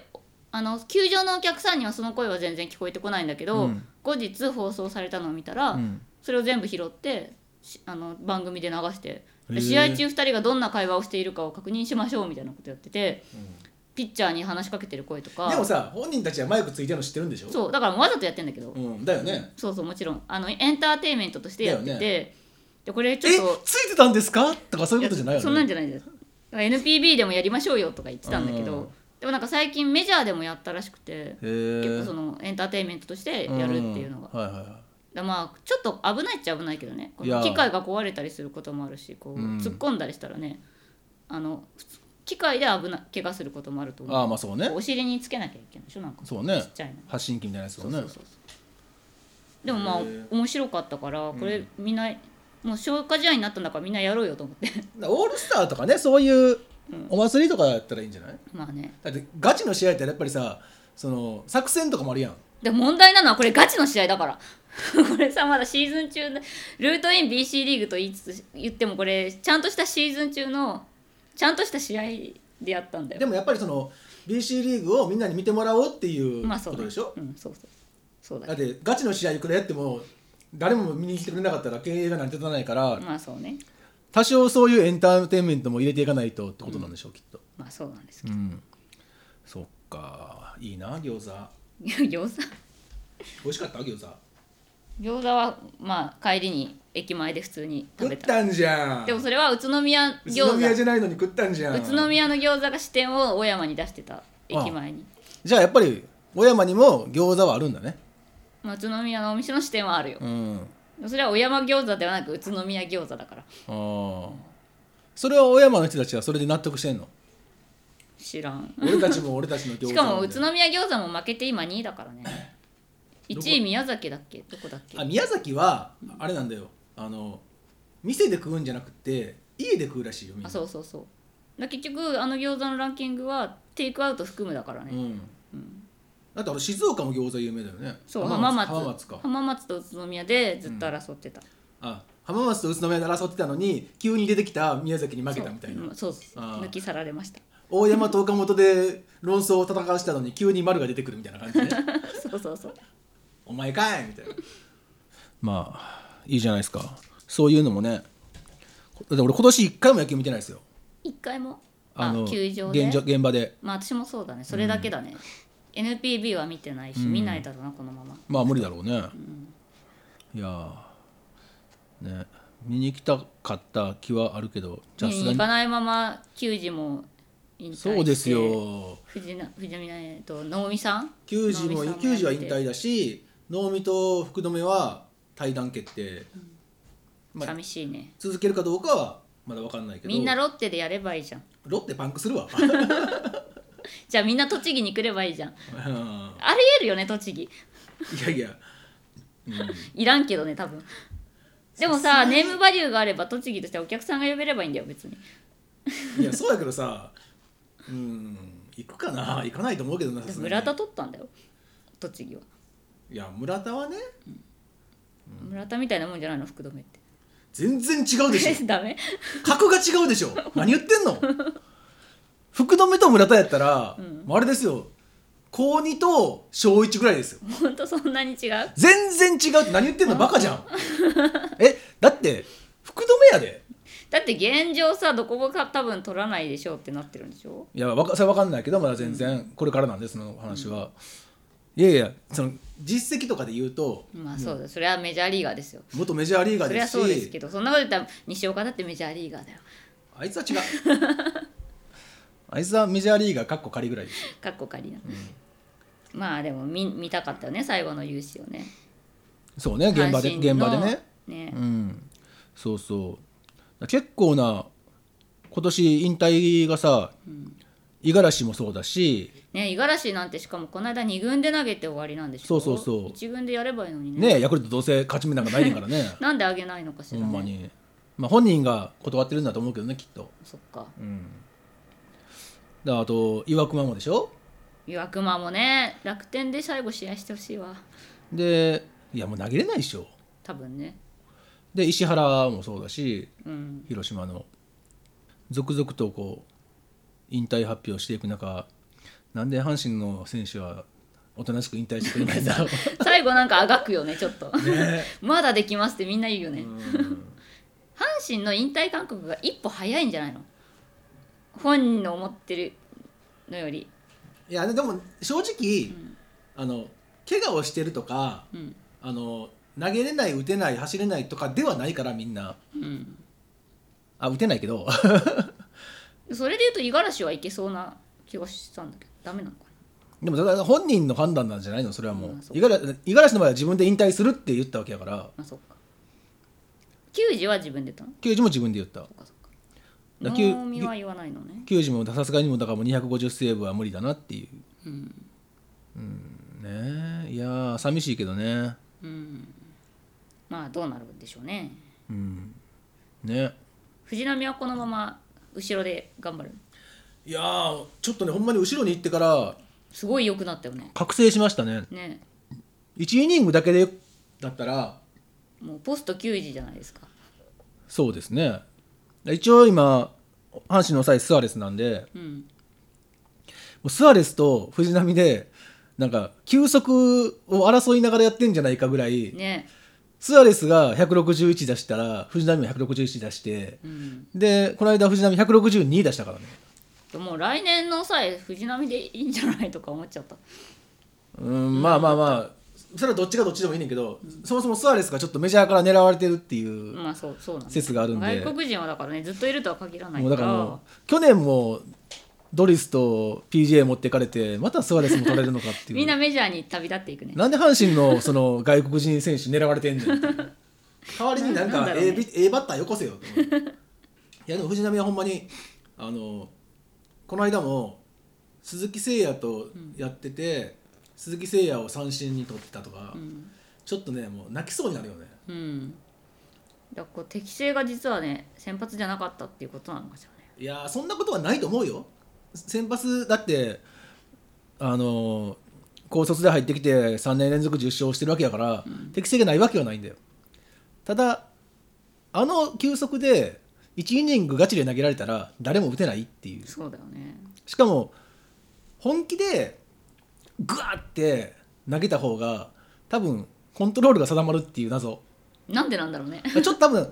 あの球場のお客さんにはその声は全然聞こえてこないんだけど、
うん
後日放送されたのを見たら、
うん
それを全部拾ってしあの番組で流して
へー
試合中2人がどんな会話をしているかを確認しましょうみたいなことやってて、ピッチャーに話しかけてる声と
でも
か
さ本人たちはマイクついてるの知ってるんでしょ
そうだからわざとやってんだけど、
うん、だよね
そうそうもちろんあのエンターテインメントとしてやってて、
だよ
でこれち
え
ょっと
ついてたんですかとかそういうことじゃないよね
そんなんじゃないですだから NPB でもやりましょうよとか言ってたんだけど、
うん
でもなんか最近メジャーでもやったらしくて。
へー
結構そのエンターテインメントとしてやるっていうのが、だか
んはいはいは
らまあちょっと危ないっちゃ危ないけどねこ
いや
の機械が壊れたりすることもあるしこう
うん
突っ込んだりしたらねあの普通機械で危ない怪我することもあると
いあ
思
あ
う
まあそうね
お尻につけなきゃいけないでしょなんか
そうね
ちっちゃいの
発信機みたいなやつ
そ
を
う
ね
そうそうそうでもまあ
へー
面白かったからこれみんな、もう消化試合になったんだからみんなやろうよと思って *laughs*
オールスターとかねそういうお祭りとかやったらいいんじゃない
まあね
だってガチの試合ってやっぱりさその作戦とかもあるやん
で問題なのはこれガチの試合だから *laughs* これさまだシーズン中でルートイン BC リーグと言いつつ言ってもこれちゃんとしたシーズン中のちゃんとした試合でやったんだ
で
よ
もやっぱりその BC リーグをみんなに見てもらおうっていう
まあ
こ
そう
と
だ
でしょ、
うんそうそうそうだ
だってガチの試合いくらやっても誰も見に来てくれなかったら経営が成り立たないから、
まあそうね
多少そういうエンターテインメントも入れていかないとってことなんでしょう、きっと
まあそうなんです
うんそっかいいな餃子
けど *laughs* 餃子
美味しかった餃子
餃子はまあ帰りに駅前で普通に食
食
べ
ったたんじゃん
でもそれは宇都宮
宇
餃子
都宮じゃないのに食ったんじゃん
宇都宮の餃子が支店を小山に出してた駅前に
じゃあやっぱり小山にも餃子はあるんだね
まあ、宇都宮のお店の支店はあるよ
うん
それは小山餃子ではなく宇都宮餃子だから
あーそれは小山の人たちはそれで納得してんの
知らん
俺たちも俺たちの餃子
しかも宇都宮餃子も負けて今2位だからね
どこ
1位宮崎だっけどこだっけ
あ宮崎はあれなんだよあの店で食うんじゃなくて家で食うらしいよみんな
あそうそうそうだ結局あの餃子のランキングはテイクアウト含むだからね、
ん、だってあれ静岡も餃子有名だよね
そう浜
浜
松
松浜松か
浜松と宇都宮でずっと争ってた、
あ浜松と宇都宮で争ってたのに急に出てきた宮崎に負けたみたいな
うんそうそうそう
あー
抜き去られました *laughs*
大山と岡本で論争を戦わしたのに急に丸が出てくるみたいな感じね
そうそうそう
お前かいみたいなまあいいじゃないですかそういうのもねだって俺今年1回も野球見てないですよ
一回もあ球場で
現場現場で
まあ私もそうだねそれだけだね、NPB は見てないし、見ないだろうなこのまま
まあ無理だろうね、いやーね見に行きたかった気はあるけどじゃあ
見
す
に
が
行
に
かないまま球児も引退して
そうですよ
藤な藤波えっと能見さん
球児も
能見さん
球児は引
やめ
退
て
だし能見と福留は退団決定、まあ、
寂しいね
続けるかどうかはまだ分かんないけど
みんなロッテでやればいいじゃん
ロッテパンクす
*laughs*
るわ
じゃあみんな栃木に来ればいいじゃん
うん
ありえるよね栃木
いやいや、うん、
いらんけどね多分でもさネームバリューがあれば栃木としてはお客さんが呼べればいいんだよ別に
いやそうやけどさうん行くかな行かないと思うけどなさすがに
村田取ったんだよ栃木は、
いや村田はね
村田みたいなもんじゃないの福留っ
全然違うでしょ
て *laughs* ダメ
格が違うでしょ何言ってんの福留と村田やったら、もうあれですよ高2と小1ぐらいですよ
ほんとそんなに違う
全然違うって何言ってんのバカじゃんえだって福留やで
だって現状さどこもか多分取らないでしょうってなってるんでしょ
いやわかそれ分かんないけどまだ全然これからなんですその話は、いやいやその実績とかで言うと
まあそうだ、それはメジャーリーガーですよ
元メジャーリーガー
そり
で
ゃ
す
そうです
し
けどそんなこと言ったら西岡だってメジャーリーガーだよ
あいつは違う *laughs* あいつはメジャーリーガーかっこ仮ぐらいです
かっこ仮な、まあでも見見たかったよね最後の勇姿をね
そうね現場で
阪神
現
の
場でね
ね
うんそうそう結構な今年引退がさ五十嵐もそうだし
ね五十嵐なんてしかもこの間2軍で投げて終わりなんでしょ
そうそうそう
1軍でやればいいのにね
ねヤクルトどうせ勝ち目なんかないねんからね
*laughs* なんであげないのかし
ほ
ら、ね、
んまに、まあ、本人が断ってるんだと思うけどねきっと
そっか
うんだからあと岩隈もでしょ
岩熊もね楽天で最後試合してほしいわ
でいやもう投げれないでしょ
多分ね
で石原もそうだし
うん
広島の続々とこう引退発表していく中なんで阪神の選手はおとなしく引退してくれないんだろう
最後なんかあがくよねちょっと
ね
*laughs* まだできますってみんな言うよね、
うん
阪神の引退勧告が一歩早いんじゃないの本人の思ってるのより
*laughs* いやでも正直、あの怪我をしてるとか
うん
あの投げれない打てない走れないとかではないからみんな
うん
あ打てないけど *laughs*
それで言うと五十嵐はいけそうな気がしたんだけどダメなのか
でもただ本人の判断なんじゃないのそれはもう
うんそう
五十嵐五十嵐の場合は自分で引退するって言ったわけやから
なあそっか球児は自分で言ったの
球児も自分で言った
そっかそっか
野球
能見は言わないのね
球児もさすがにもうだからもう250セーブは無理だなっていう
うん
ねえいやー寂しいけどね
うんまあどうなるんでしょうね
うんね
藤浪はこのまま後ろで頑張る
いやーちょっとねほんまに後ろに行ってから
すごい良くなったよね
覚醒しましたね
ね
1イニングだけでだったら
もうポスト球児じゃないですか
そうですね一応今阪神の際スアレスなんで
うん
もうスアレスと藤浪でなんか球速を争いながらやってんじゃないかぐらい
ね
スアレスが161出したら藤浪は161出して
うん
でこの間藤浪162出したからね
もう来年のさえ藤浪でいいんじゃないとか思っちゃった
うん、まあまあまあそれはどっちがどっちでもいいねんけど、そもそもスアレスがちょっとメジャーから狙われてるっていう、
まあそうそうなんだ
説があるんで
外国人はだからねずっといるとは限らない
も
か
う
ら
だからもう去年もドリスと PGA 持ってかれてまたスアレスも取れるのかってい
*laughs*
う
みんなメジャーに旅立っていくね
なんで阪神のその外国人選手狙われてん
*laughs*
ねんっていう代わりになん
なん
か
だろう
A,
ね
ビ A バッターよこせよって思う *laughs* いやでも藤浪はほんまにあのこの間も鈴木誠也とやってて、鈴木誠也を三振に取ってたとか、
うん、
ちょっとねもう泣きそうになるよね
うん、だからこう適性が実はね先発じゃなかったっていうことなのかしらね
いやーそんなことはないと思うよ先発だってあのー高卒で入ってきて3年連続10勝してるわけやから、適性がないわけはないんだよただあの球速で1イニングガチで投げられたら誰も打てないっていう
そうだよね
しかも本気でグワーって投げた方が多分コントロールが定まるっていう謎
なんでなんだろうね
ちょっと多分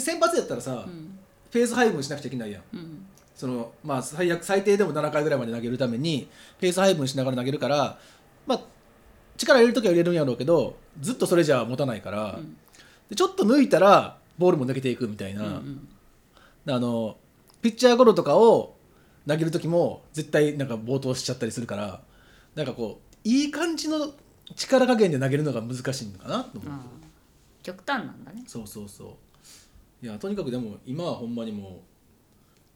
先発やったらさ、
うん
フェース配分しなくちゃいけないやん
うん
そのまあ最悪最低でも7回ぐらいまで投げるためにペース配分しながら投げるからまあ力入れる時は入れるんやろうけどずっとそれじゃ持たないから、
ん
でちょっと抜いたらボールも抜けていくみたいな、
うんうん
あのピッチャーゴロとかを投げる時も絶対なんか暴投しちゃったりするからなんかこういい感じの力加減で投げるのが難しいのかなと思う、
ああ極端なんだね
そうそうそういやとにかくでも今はほんまにも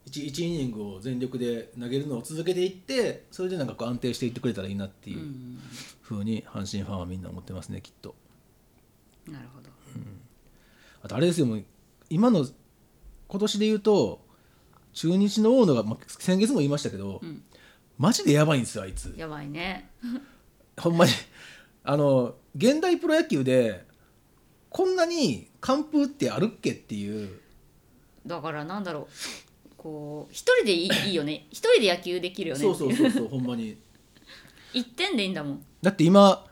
う 1, 1イニングを全力で投げるのを続けていってそれでなんかこう安定していってくれたらいいなっていううんふうに阪神ファンはみんな思ってますねきっと
なるほど
あとあれですよもう今の今年で言うと中日の大野が、まあ、先月も言いましたけど、
ん
マジでやばいんですよあいつ
やばいね
ほんまにあの現代プロ野球でこんなに完封ってあるっけっていう
だからなんだろうこう一人でいいいいよね一人で野球できるよね
そうそうそうそうほんまに
一点でいいんだもん *laughs*
だって今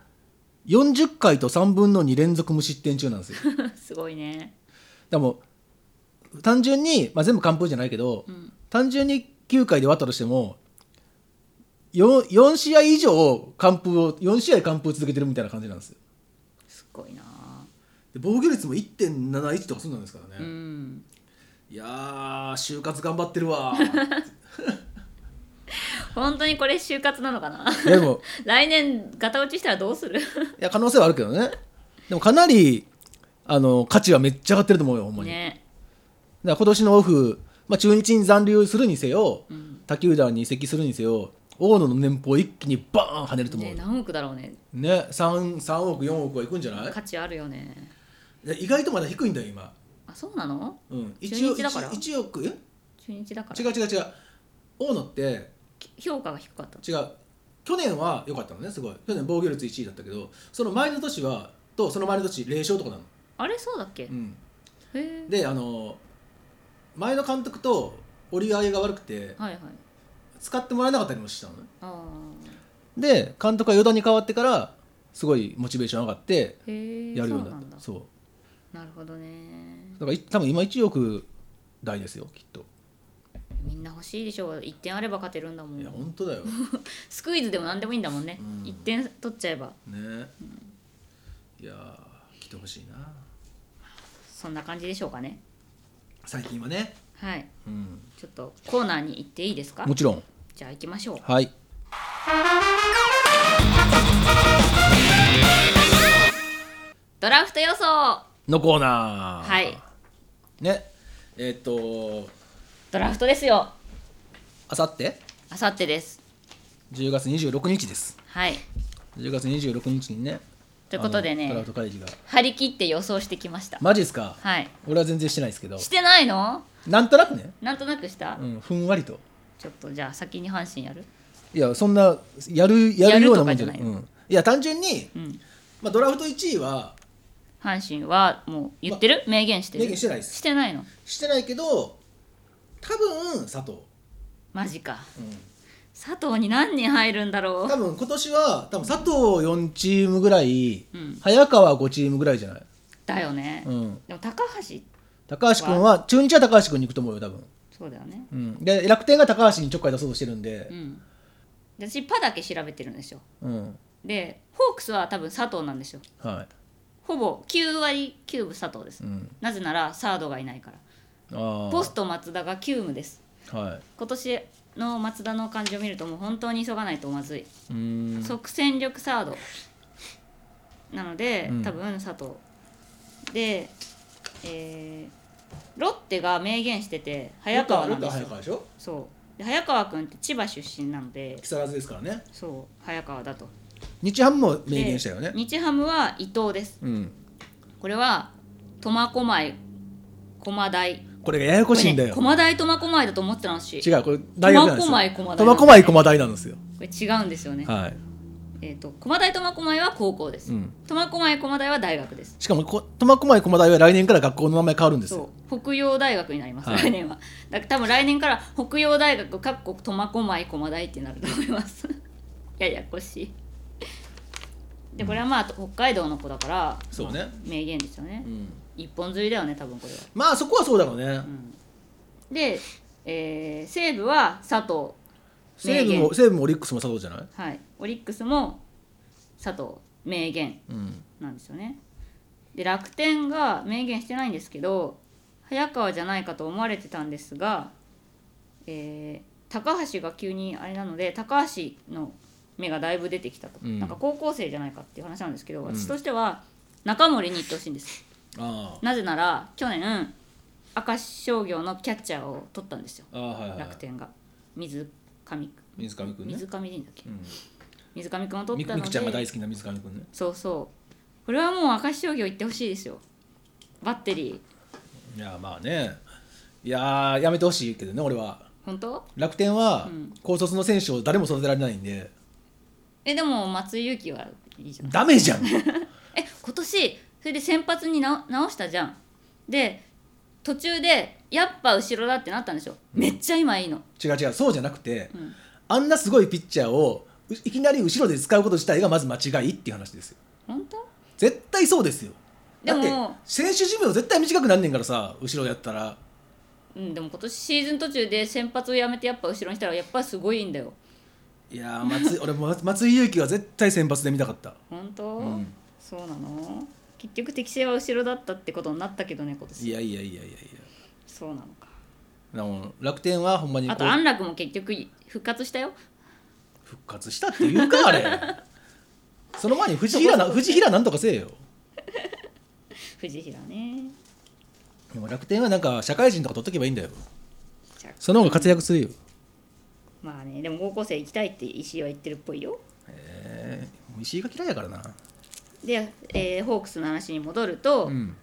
40回と3分の2連続無失点中なんですよ
*laughs* すごいね
でも単純に、まあ、全部完封じゃないけど、
ん
単純に9回で終わったとしても 4, 4試合以上完封を4試合完封続けてるみたいな感じなんですよ
すごいな
で防御率も1.71とかそうなんですから
う
ね、
ん
いやー就活頑張ってるわ
本当にこれ就活なのかな
*laughs*
*laughs*
でも
来年ガタ落ちしたらどうする
いや可能性はあるけどねでもかなりあの価値はめっちゃ上がってると思うよほんまに、
ね
だから今年のオフ、まあ、中日に残留するにせよ、
ん
他球団に移籍するにせよ大野の年俸一気にバーン跳ねると思う
ね
よね
何億だろうね
三 3, 億4億はいくんじゃない
価値あるよね
で意外とまだ低いんだよ今、
あそうなの
うん、
中日だから
1, 億え
中日だか
違
ら
う違う違う大野って
評価が低かった
違う去年は良かったのねすごい去年防御率1位だったけどその前の年はとその前の年0勝とかなの、
あれそうだっけ、
うん、
へえ
であの前の監督と折り合いが悪くて
はいはい
使ってもらえなかったりもしたのね
あ
で監督が与田に変わってからすごいモチベーション上がって
ーへえ
やるように
そう
な
な
っ
ん
た
だ
そう
なるほどね
だからい多分今1億台ですよきっと
みんな欲しいでしょう1点あれば勝てるんだも
いや
ん
本当だ
*laughs*
よね
スクイズでも何でもいいんだもんね、
うん
1点取っちゃえば
いやー来てほしいな
そんな感じでしょうかね
最近はね
はい
うん
ちょっとコーナーに行っていいですか
もちろん
じゃあ行きましょう
はい
ドラフト予想は
のコーナー
い
ねえーっと
ドラフトですよ
あさって
あさってです
10月26日です
はい
10月26日にね
ということでね
あのドラフト会議が
張り切って予想してきました
マジですか
はい
俺は全然してないですけど
してないの
なんとなくね、
なんとなくした、
うん、ふんわりと
ちょっとじゃあ先に阪神やる
いやそんなやるやるようなもんじゃな
やるとかじゃない
い
の
うんいや単純に、
うん
まあ、ドラフト1位は
阪神はもう言ってる、明言してる
明言してないです
してないの
してないけど多分佐藤、
マジか
うん
佐藤に何人入るんだろ
多分今年は多分佐藤4チームぐらい、
うん
早川5チームぐらいじゃない、
うだよね、
うん、
でも高橋
高橋君は中日は高橋君に行くと思うよ多分、
そうだよね
うん、で楽天が高橋にちょっかい出そうとしてるんで
う、んで私パだけ調べてるんですよ
うん
でホークスは多分佐藤なんですよ
は
ほぼ9割9分佐藤です、
い、うん、
なぜならサードがいないから
あー
ポスト松田が急務です
はい
今年の松田の感じを見るともう本当に急がないとまずい、
うーん
即戦力サードなので、
うん
多分佐藤で、えーロッテが明言してて早川なんです
早
よ
川でしょ
そうで早川君って千葉出身なので
木更津ですからね
そう早川だと
日ハムも明
で
言したよね
日ハムは伊藤です
うん
これは苫小牧駒大
これがややこしいんだよ、
これね駒大苫小牧だと思ってたのし
違うこれ大学なんで
苫小
すよ
牧駒大
苫小牧駒大なんですよ
これ違うんですよね
はい
えっ、と駒大苫小牧は高校です
うん
苫小牧駒大は大学です
しかもこ苫小牧駒大は来年から学校の名前変わるんですよ
そう北洋大学になります、
はい
来年はだから多分来年から北洋大学かっこ苫小牧駒大ってなると思います *laughs* ややこしいでこれはまあ北海道の子だから
そうね
まあ名言ですよね、
うん
一本釣りだよね多分これは
まあそこはそうだろうね、
で、えー西武は佐藤
西武
名
も西武もオリックスも佐藤じゃない、
はい、オリックスも佐藤名言
うん、
なんですよねで楽天が明言してないんですけど早川じゃないかと思われてたんですが、えー高橋が急にあれなので高橋の目がだいぶ出てきたと、
うん
なんか高校生じゃないかっていう話なんですけど
ん
私としては中森に行ってほしいんです
あ
なぜなら去年明石商業のキャッチャーを取ったんですよ
あああはいはい
楽天が水上
水上君ね
水上でいいんだっけ
うん
水上君を取
み
った
み
の
くちゃんが
で
大好きな水上君ね
そうそうこれはもう明石商業行ってほしいですよバッテリー
いやまあねいやーやめてほしいけどね俺は
本当
楽天は
うん
高卒の選手を誰も育てられないんで、
えでも松井裕樹はいいじゃん
ダメじゃん
え今年それで先発にな直したじゃんで途中でやっぱ後ろだってなったんでしょめっちゃ今いいの、
違う違うそうじゃなくて、
うん
あんなすごいピッチャーをういきなり後ろで使うこと自体がまず間違いっていう話ですよ
本当
絶対そうですよ
で
だっ
も
て選手寿命絶対短くなんねんからさ後ろやったら
うん、でも今年シーズン途中で先発をやめてやっぱ後ろにしたらやっぱすごいんだよ
いや
*laughs*
ー松井俺も松井裕樹は絶対先発で見たかった
本当、
ん
そうなの結局適性は後ろだったってことになったけどね今
い
年
やいやいやいやいや
そうなのか
なも楽天はほんまにこ
あ
う
と安楽も結局復活したよ
復活したっていうかあれ
*laughs*
その前に藤平な藤平なんとかせえよ
藤平ね
でも楽天はなんか社会人とか取っとけばいいんだよ
じゃあ
その方が活躍するよ、
まあねでも高校生行きたいって石井は言ってるっぽいよ
えー、石井が嫌いやからな
で、えーホークスの話に戻ると、
うん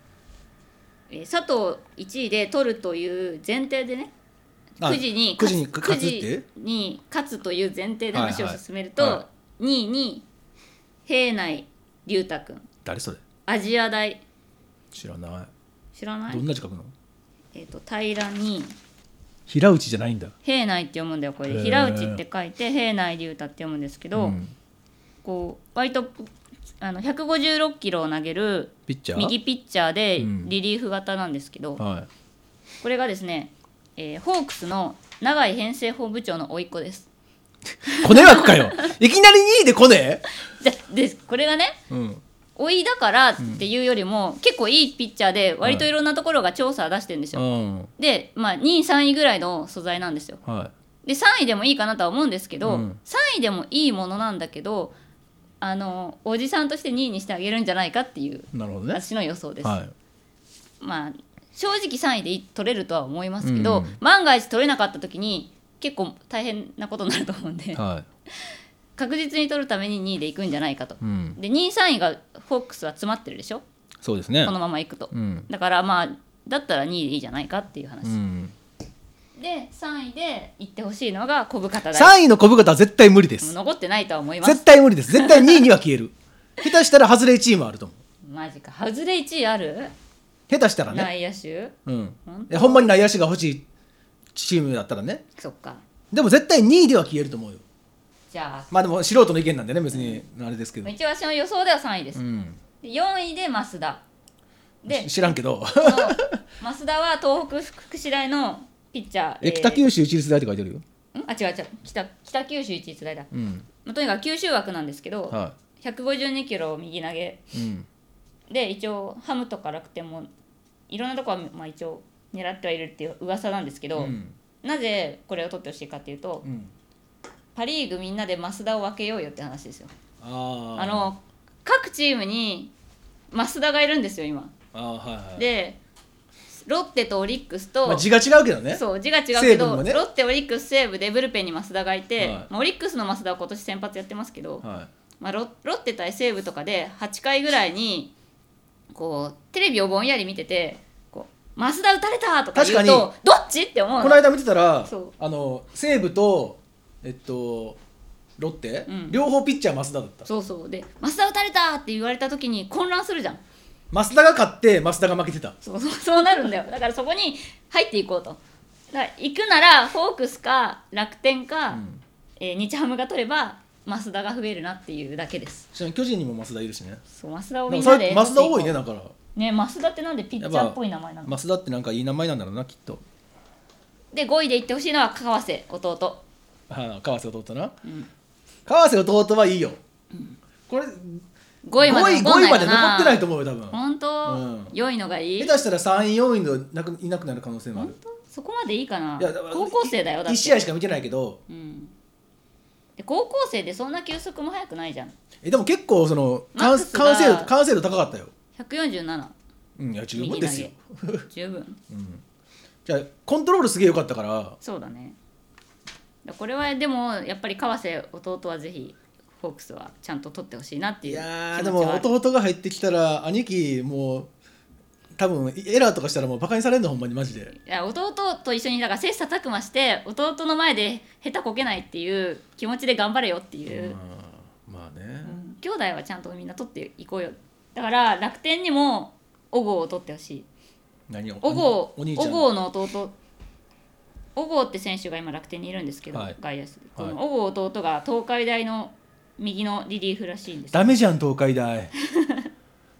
えー佐藤1位で取るという前提でね
あ
9時に
くじに
勝つ
勝つって
くじに勝つという前提で話を
はいはい
進めると、
は
2位に平内龍太君
誰それ
アジア大
知らない、
知らない
どんな字書くの
えっ、と平に
平内じゃないんだ
平内って読むんだよこれ
へ
で
ー
平内って書いて平内龍太って読むんですけど、
うん
こう割とあの156キロを投げる
ピッチャー
右ピッチャーで
うん
リリーフ型なんですけど、
は
これがですね、えーホークスの永井編成法部長の甥いっ子です。
いコネ枠
*laughs*
かよいきなり2位でコネ
ででこれがね
うん
甥いだからっていうよりも、結構いいピッチャーで割といろんなところが調査出してるんですよ。
ん
で、まあ、2位3位ぐらいの素材なんですよ。
は
で3位でもいいかなとは思うんですけど、
うん
3位でもいいものなんだけどあのおじさんとして2位にしてあげるんじゃないかっていう
いなるほど
私の予想です。
は
まあ正直3位でい取れるとは思いますけど、
うんうん
万が一取れなかった時に結構大変なことになると思うんで
は
確実に取るために2位でいくんじゃないかと、
ん
で2位3位がフォックスは詰まってるでしょ
そうですね
このままいくと、
ん
だからまあだったら2位でいいじゃないかっていう話、
ん、
で3位で行ってほしいのが小深田大
3位の小深田は絶対無理です
残ってないとは思います
絶対無理です絶対2位には消
*laughs*
える下手したら外れ1位もあると思う
マジかハズレ1位ある
下手したらね
内野手
うん
本
えほんまに内野手が欲しいチームだったらね
そっか
でも絶対2位では消えると思うよ
じゃあ
まあでも素人の意見なんでね別にあれですけど、
一応私の予想では3位です、
うん、
で4位で増田で
し知らんけど
そう増田は東北福祉大のピッチャー。
え北
州
九州市立大って書いてるよ、
あ違う違う北北九州一律大だ。
うん
まあとにかく九州枠なんですけど、
は
152キロを右投げ
いうん、
で一応ハムとか楽天もいろんなとこは、まあ、一応狙ってはいるっていう噂なんですけど、
うん
なぜこれを取ってほしいかっていうと、
うん、
パ・リーグみんなで増田を分けようよって話ですよ。
あー
あの各チームに増田がいるんですよ今。
あーはいはい
でロッテとオリックスと、
まあ、字が違うけどね
そう字が違うけ
西武も
ど、
ね
ロッテオリックス西武でブルペンに増田がいて、
はい
まあ、オリックスの増田は今年先発やってますけど、
は
まあ、ロロッテ対西武とかで8回ぐらいにこうテレビをぼんやり見ててこう増田打たれたとか言うとどっちって思
い、
う
こ
の
の間見てたら
そう
あの西武とえっとロッテ、
うん
両方ピッチャー増田だった
そうそうで「増田打たれた!」って言われた時に混乱するじゃん
増田が勝って増田が負けてた
そうそうそうなるんだよだからそこに入っていこうとだから行くならホークスか楽天か、
うん
えー日ハムが取れば増田が増えるなっていうだけです
ちなみに巨人にも増田いるしね
そう増田を
な
み
ん
ん
か
な
それ
で
増田多い
取
ねだ
って
から
いこうね増田ってなんでピッチャーっぽい名前なの
増田ってなんかいい名前なんだろうなきっと
で5位で行ってほしいのは川瀬弟
ああ川瀬弟な、
ん
川瀬弟はいいよ、これ
5位まで
5位
残ん
5
な
位
い
ま
か
で残
な
ってないと思うよ多分
本当、
うん
4位のがいい
下手したら3位4位のなくいなくなる可能性もあ
本
る
当そこまでいいかない
やだから
高校生だよだって
1試合しか見てないけど
うん、で高校生でそんな球速も速くないじゃん
えでも結構その
マッ
完
クスが
完成度完成度高かったよ
147
うんいや十
右
分
投
ですよ
げ十分
じゃあコントロールすげえ良かったから
そうだねだこれはでもやっぱり川瀬弟はぜひホークスはちゃんと取ってほしいなって
い
いう気持ちはあ
やー
る
でも弟が入ってきたら兄貴もう多分エラーとかしたらもうバカにされるのほんまにマジで
いや弟と一緒にだから切磋琢磨して弟の前で下手こけないっていう気持ちで頑張れよっていうう、
んまあね
うん兄弟はちゃんとみんな取っていこうよだから楽天にも小郷を取ってほしい
何を
小郷
お兄ちゃ
小
ん
郷の弟小郷って選手が今楽天にいるんですけど、
はい
外野手でこ
はい
の小郷弟が東海大の右のリリーフらしいんです
ダメじゃん東海大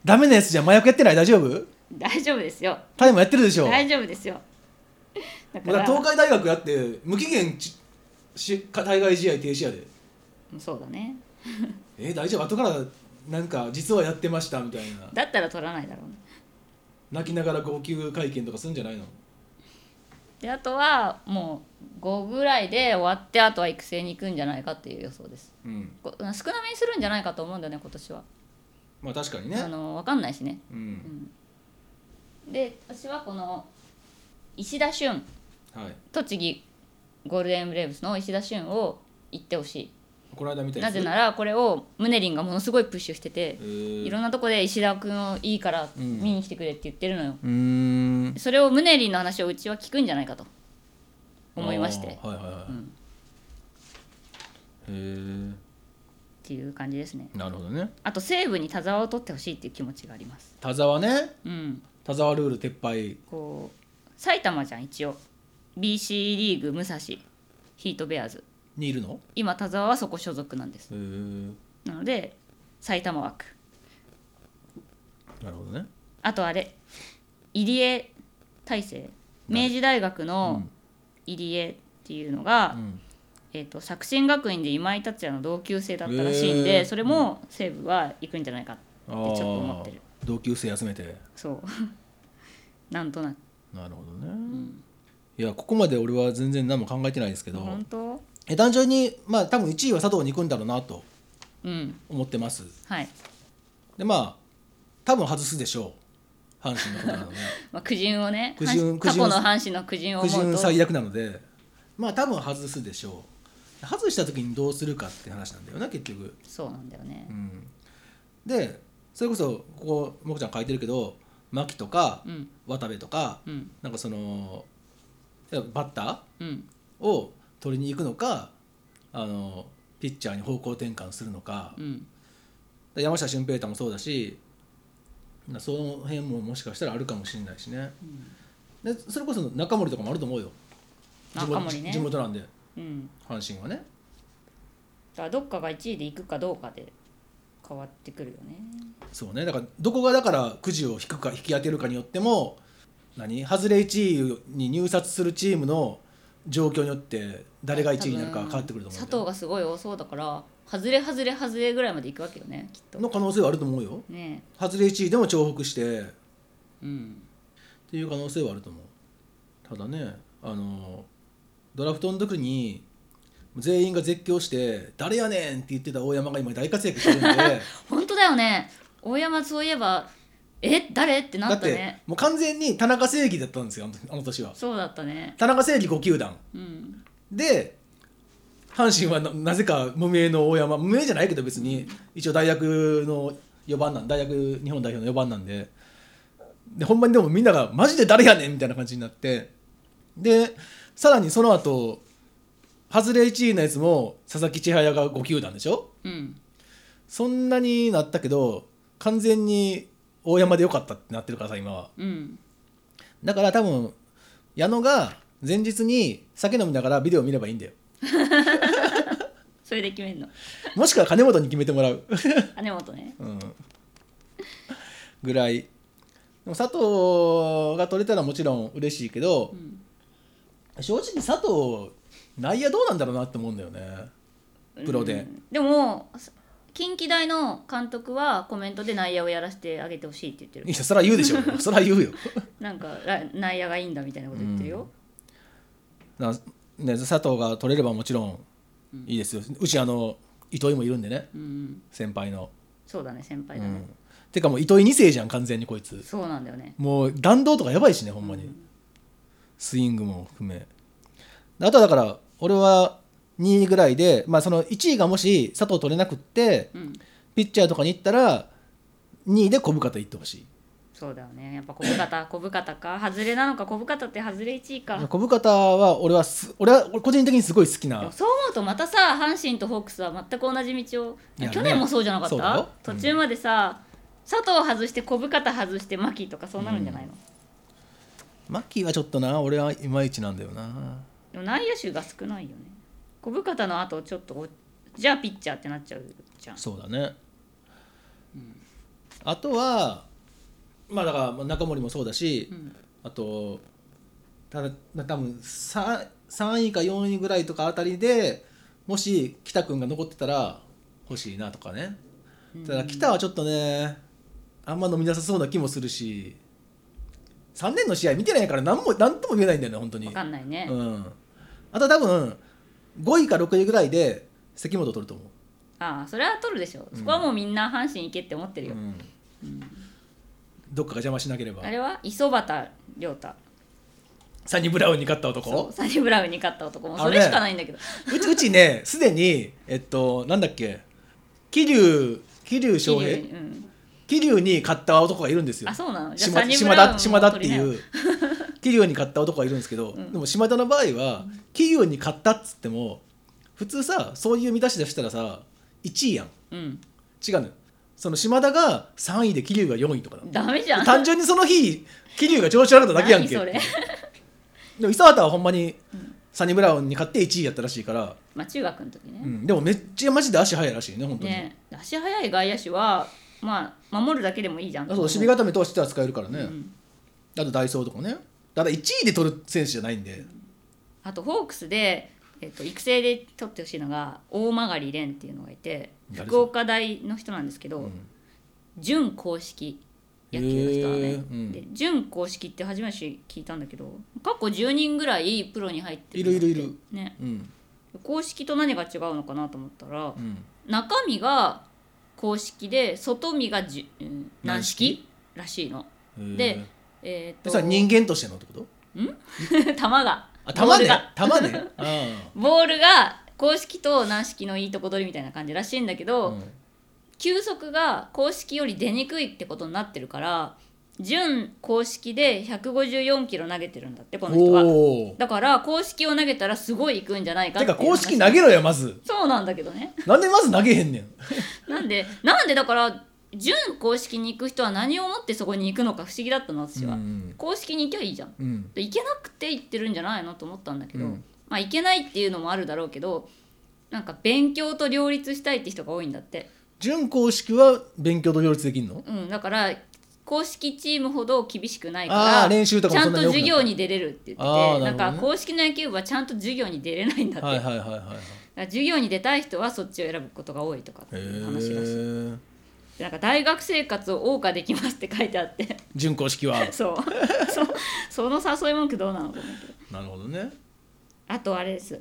ダメなやつじゃん麻薬やってない大丈夫
大丈夫ですよ
タイムやってるでしょ
大丈夫ですよだか
だからら東海大学やって無期限ちし対外試合停止やで
そうだね
えー大丈夫後からなんか実はやってましたみたいな
だったら取らないだろうね
泣きながら号泣会見とかするんじゃないの
であとはもう5ぐらいで終わってあとは育成に行くんじゃないかっていう予想です
うん
こ少なめにするんじゃないかと思うんだよね今年は
まあ確かに
あ
ね
の分かんないしね
うん
で私はこの石田俊
はい
栃木ゴールデンブレーブスの石田俊を行ってほし
この間見た
い
や
な
つ
ぜならこれをムネリンがものすごいプッシュしてて
えー
いろんなとこで石田君をいいから
うん
見に来てくれって言ってるのよ、
うーん
それをムネリンの話をうちは聞くんじゃないかと思いましてっ
あーはいはいはい、
うん
へ
ていう感じですね
えなるほどね
あと西武に田沢を取ってほしいっていう気持ちがあります
田沢ね
うん
田沢ルール撤廃
こう埼玉じゃん一応 BC リーグ武蔵ヒートベアーズ
にいるの
今田沢はそこ所属なんです
へえ
なので埼玉枠
なるほどね
あとあれ入江大成明治大学の入江っていうのが、
ん
えー、と作新学院で今井達也の同級生だったらしいんで、
へー
それも西武は行くんじゃないかってち
あ
ょっと思ってる
ー同級生休めて
そう *laughs* なんとなく
なるほどね、いやここまで俺は全然何も考えてないですけど、
本当
え単純にまあ多分1位は佐藤に行くんだろうなと
うん
思ってます
はい、
でまあ多分外すでしょう阪神のことな
*laughs*
ので
まあ、苦渋をね
苦渋
阪神過
苦
去
渋
の阪神の苦渋を
苦
思う
渋
と
最悪なのでまあ多分外すでしょう外した時にどうするかって話なんだよな結局
そうなんだよね
うんでそれこそここもこちゃん書いてるけど牧とか
うん
渡部とか
うん
なんかそのバッタ
うん
ーを取りに行くのかあのピッチャーに方向転換するのか
うん
で山下俊平太もそうだしなその辺ももしかしたらあるかもしれないしね、でそれこそ中森とかもあると思うよ地元
中森ね
地元なんで
うん
阪神はね
だからどっかが1位で行くかどうかで変わってくるよね
そうねだからどこがだからくじを引くか引き当てるかによっても何外れ1位に入札するチームの状況によって誰が1位になるか変わってくると思うんだよ
佐藤がすごい多そうだから外れ外れ外れぐらいまで行くわけよねきっと
の可能性はあると思うよ
ね
外れ1位でも重複してっ
えうん
ていう可能性はあると思うただねあのドラフトの時に全員が絶叫して「誰やねん!」って言ってた大山が今大活躍して
*laughs*
るんで
本当だよね大山そういえばえ誰ってな
だ
っ
ったて
ね
もう完全に田中正義だったんですよあのあの年は
そうだったね
田中正義5球団
うん
で阪神はななぜか無名の大山無名じゃないけど別に一応大学の4番なん大学日本代表の4番なんででほんまにでもみんなが「マジで誰やねん!」みたいな感じになってでさらにその後外れ1位のやつも佐々木千早が5球団でしょ
うん
そんなになったけど完全に大山で良かったってなってるからさ今は
うん
だから多分矢野が前日に酒飲みながらビデオ見ればいいんだよ
それで決めんの
もしくは金本に決めてもらう、 *laughs*
金本ね
うん、ぐらいでも佐藤が取れたらもちろん嬉しいけど
うん
正直佐藤内野どうなんだろうなって思うんだよねプロで
うんでも近畿大の監督はコメントで内野をやらせてあげてほしいって言って
い
る
やそら言うで *laughs* しょそら言うよ
なんから内野がいいんだみたいなこと言ってるよ、
な、ね、佐藤が取れればもちろんいいですよ、うちあの糸井もいるんでね
うんうん、
先輩の、
そうだね先輩
う
だね
ん、、てかもう糸井2世じゃん完全にこいつ
そうなんだよね
もう弾道とかやばいしねほんまに、スイングも含めあとはだから俺は2位ぐらいで、まあ、その1位がもし佐藤取れなくって
うん
ピッチャーとかに行ったら2位で小深田行ってほしい
そうだよねやっぱ小深田 *laughs* 小深田か外れなのか小深田って外れ1位か
小深田は俺はす俺は俺個人的にすごい好き
でも
な
そう思うとまたさ阪神とホークスは全く同じ道を
いやね
去年もそうじゃなかっ
そうだ
た
よ
途中までさ、佐藤外して小深田外して牧とかそうなるんじゃないの、
マッキーはちょっとな俺はいまいちなんだよな
でも内野手が少ないよね小深田の後ちょっとおじゃあピッチャーってなっちゃうじゃん
そうだね、あとはまあだから中森もそうだし、
ん
あとただ多分 3, 3位か4位ぐらいとかあたりでもし北くんが残ってたら欲しいなとかねただ北はちょっとねあんま飲みなさそうな気もするし3年の試合見てないから何も何とも言えないんだよね本当に
分かんないね、
うん、あと多分5位か6位ぐらいで関本取ると思う
ああそれは取るでしょそこはもうみんな阪神行けって思ってるよ、
うんどっかが邪魔しなければ
あれは磯端亮太
サニブラウンに勝った
そう
男
サニブラウンに勝った男も
あ
そ
れ
れしかないんだけど、
うちうちねすでにえっとなんだっけ桐生桐生
桐
翔
生に
平
うん、
桐生に勝った男がいるんですよ
あそうなのじゃあ
島
サニブ
島
ラウン
田
も
島田って
取りなよ
いう *laughs* 桐生に勝った男がいるんですけど、
ん
でも島田の場合は桐生に勝ったっつっても普通さそういう見出し出したらさ1位やん
うん
違うのよその島田が3位で桐生が4位とかなの
ダメじゃん
単純にその日桐生が調子悪かっただけやんけ
何それ
でも磯畑はほんまにサニブラウンに勝って1位やったらしいから、
まあ中学の時ね、
うんでもめっちゃマジで足速いらしいね本当に、
ね足速い外野手はまあ守るだけでもいいじゃん
あと守備固めとしては使えるからね、
ん
あとダイソーとかねただ1位で取る選手じゃないんで、
あとホークスで、えっと、育成で取ってほしいのが大曲蓮っていうのがいて
誰それ
福岡大の人なんですけど、
うん
準公式野球の人はね、
へーうん
で準公式って初めて聞いたんだけど過去10人ぐらいプロに入って
いるいるいる
ね、
うん
公式と何が違うのかなと思ったら
う、ん
中身が公式で外身がじ、うん、軟式らしいの。
へー
でえー、
で
と
それ
*laughs*
は人間としてのってこと
球がボ
あ
ー
玉
ル
ね
が *laughs*
玉ねあ
ボールが公式と軟式のいいとこ取りみたいな感じらしいんだけ
あ、
ど、
うん
球速が公式より出にくいってことになってるから準公式で154キロ投げてるんだってこの人は
おお
だから公式を投げたらすごいいくんじゃないかっててい
か
う
公式投げろよまず
そうなんだけどね
なんでまず投げへ
*laughs*
んねん
なんでなんでだから準公式に行く人は何をもってそこに行くのか不思議だったの私は、
うん
公式に行きゃいいじゃん
うん
行けなくて行ってるんじゃないのと思ったんだけど、
うん
まあ行けないっていうのもあるだろうけどなんか勉強と両立したいって人が多いんだって、
準公式は勉強と両立できんの
うん、だから公式チームほど厳しくないか
あ
ら
ー練習とか
ち
も
ゃ
そ
ん
ん
と
なに良
授
くない
業に出れるって言ってて
あーな
な
るほどね
んか公式の野球部はちゃんと授業に出れないんだって、
はいはいはいはいはい
だから授業に出たい人はそっちを選ぶことが多いとかって
へ
いう話らしい
え
でなんか大学生活を謳歌できますって書いてあって
*laughs* 準公式は
そうそその誘い文句どうなのか思うけど
なるほどね
あとあれです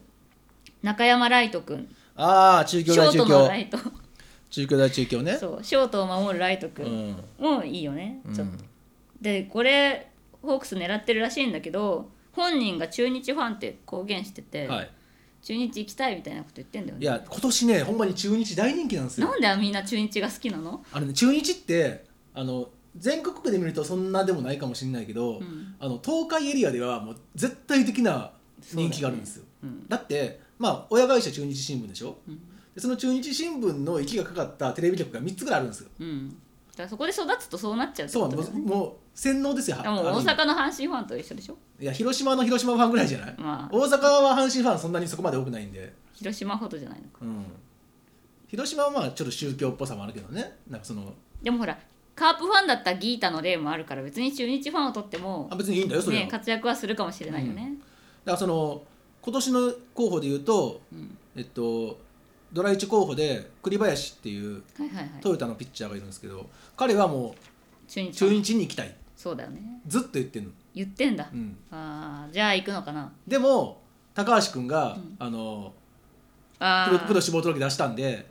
中山ライト君
ああ中京
ショ
大
ー
中
トのラ
京
イト
中京大中京ね
そうショートを守るライト
う
君
ん
もいいよね、
うん
ちょっとでこれホークス狙ってるらしいんだけど本人が中日ファンって公言してて、
はい
中日行きたいみたいなこと言ってんだよ
い
ね
や今年ねほんまに中日大人気なんですよ
なんでみんな中日が好きなの
あのね中日ってあの全国区で見るとそんなでもないかもしれないけど、
ん
あの東海エリアではもう絶対的な人気があるんですよだってまあ親会社中日新聞でしょ
うん
でその中日新聞の息がかかったテレビ局が3つぐらいあるんですよ
うん、だからそこで育つとそうなっちゃうって
そ
こ
う
と
も
だよ
う
ね
もう洗脳ですよは
でも
ある
大
意味
阪の阪神ファンと一緒でしょ
いや広島の広島ファンぐらいじゃない、
まあ
大阪は阪神ファンそんなにそこまで多くないんで、
広島ほどじゃないのか
うん、広島はまあちょっと宗教っぽさもあるけどねなんかその
でもほらカープファンだったギータの例もあるから別に中日ファンをとっても
あ、別にいいんだよそれは、
ね、
だか
活躍はするかもしれないよね、
らその今年の候補で言うと、
うん
えっとドライチ候補で栗林っていう
はいはいはい
トヨタのピッチャーがいるんですけど彼はも
中
う
日フ
中
ァン
日に行きたい
そうだよね
ずっと言ってるの、
言ってんだ、
うん、
あーじゃあ行くのかな
でも高橋君が、
うん
あの
あ
プロ
ー
プロ志望届出したんで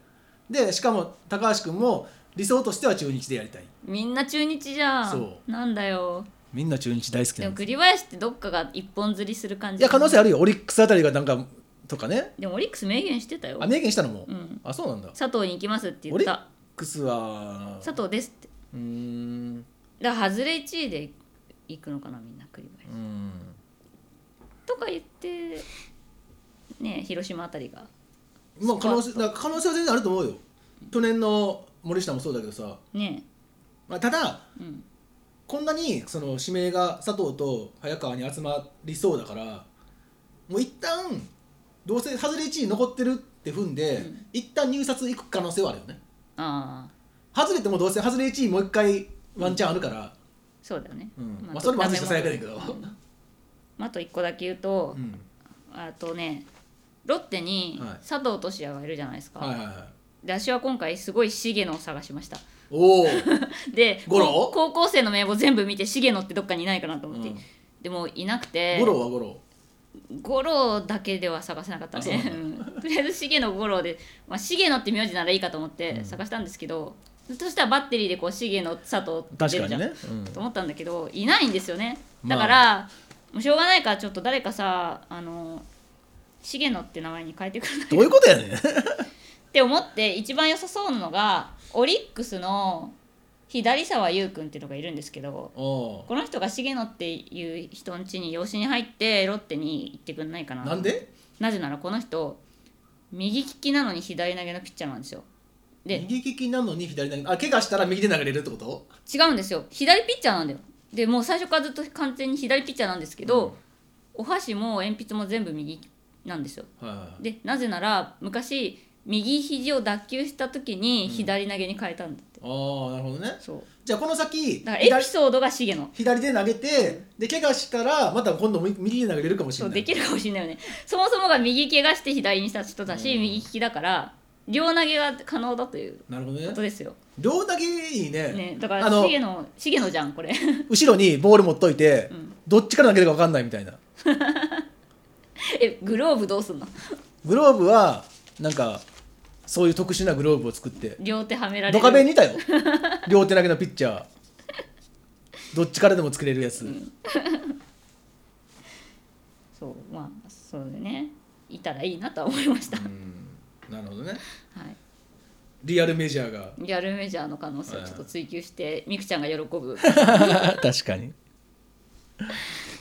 でしかも高橋君も理想としては中日でやりたい
みんな中日じゃん
そ
なんだよ
みんな中日大好き
で
なん
も
です
栗林ってどっかが一本釣りする感じ
いや可能性あるよオリックスあたりがなんかとかね
でもオリックス明言してたよ
あ明言したのも、
うん
あそうなんだ
佐藤に行きますって言
オ
っ
リッ
た
クスは
佐藤ですって
うーん
だから外れ1位で行くのかなみんな栗
う
林、
ん
とか言ってね広島あたりが
まあ可能性だから可能性は全然あると思うよ去年の森下もそうだけどさ、
ね
まあ、ただ
うん
こんなにその指名が佐藤と早川に集まりそうだからもう一旦どうせ外れ1位残ってるって踏んで、
うん
一旦入札行く可能性はあるよね
ああ
外れてもどうせ外れ1位もう一回ワンチャンあるから、
そうだよね、
うんまあ、それも外して最悪だけど、
うんまああと1個だけ言うと、
うん、
あとねロッテに
はい
佐藤俊也がいるじゃないですか、
はいはいはい
で私は今回すごい重野を探しました *laughs*
おお、
で
ゴロ
こ高校生の名簿全部見て重野ってどっかにいないかなと思
う
って、
ん、
でもいなくて
ゴロはゴロ
五郎だけでは探せなかった
あそう
ね、うんとりあえず重野五郎で、まあ、重野って名字ならいいかと思っ
う
て
ん
探したんですけど、そしたらバッテリーでこう重野佐藤って出るじゃん、と思ったんだけどいないんですよねだから、もうしょうがないからちょっと誰かさあの重野って名前に変えてくれない
どういうことやねん
って思って一番良さそうなのがオリックスの左沢優君っていうのがいるんですけど
*laughs* お
この人が重野っていう人ん家に養子に入ってロッテに行ってくんないかな
ーなんで
なぜならこの人右利きなのに左投げのピッチャーなんですよで
右利きなのに左投げあ怪我したら右で投げれるってこと
違うんですよ左ピッチャーなんだよでもう最初からずっと完全に左ピッチャーなんですけど、
うん
お箸も鉛筆も全部右なんですよ
はいはいはい
でなぜなら昔右肘を脱臼した時に左投げに変えたんだって、
ああなるほどね
そう
じゃあこの先
だからエピ
左
ソードが重野
左で投げてで怪我したらまた今度右で投げれるかもし
そ
れ
う
ない
できるかもしれないよねそもそもが右怪我して左にした人だし、
うん
右利きだから両投げが可能だという
なるほどね
ことですよ、
両投げいいね
ね、だから
あの
重野重野じゃんこれ *laughs*
後ろにボール持っといて、
ん
どっちから投げるか分かんないみたいな
えグローブどうすんの
グローブはなんかそういう特殊なグローブを作って
両手はめられる
ドカベンにいたよ両手投げのピッチャーどっちからでも作れるやつ、
そうまあそうでねいたらいいなとは思いました、
なるほどね
はい
リアルメジャーが
リアルメジャーの可能性をちょっと追求してみくちゃんが喜
*laughs*
ぶ
確かに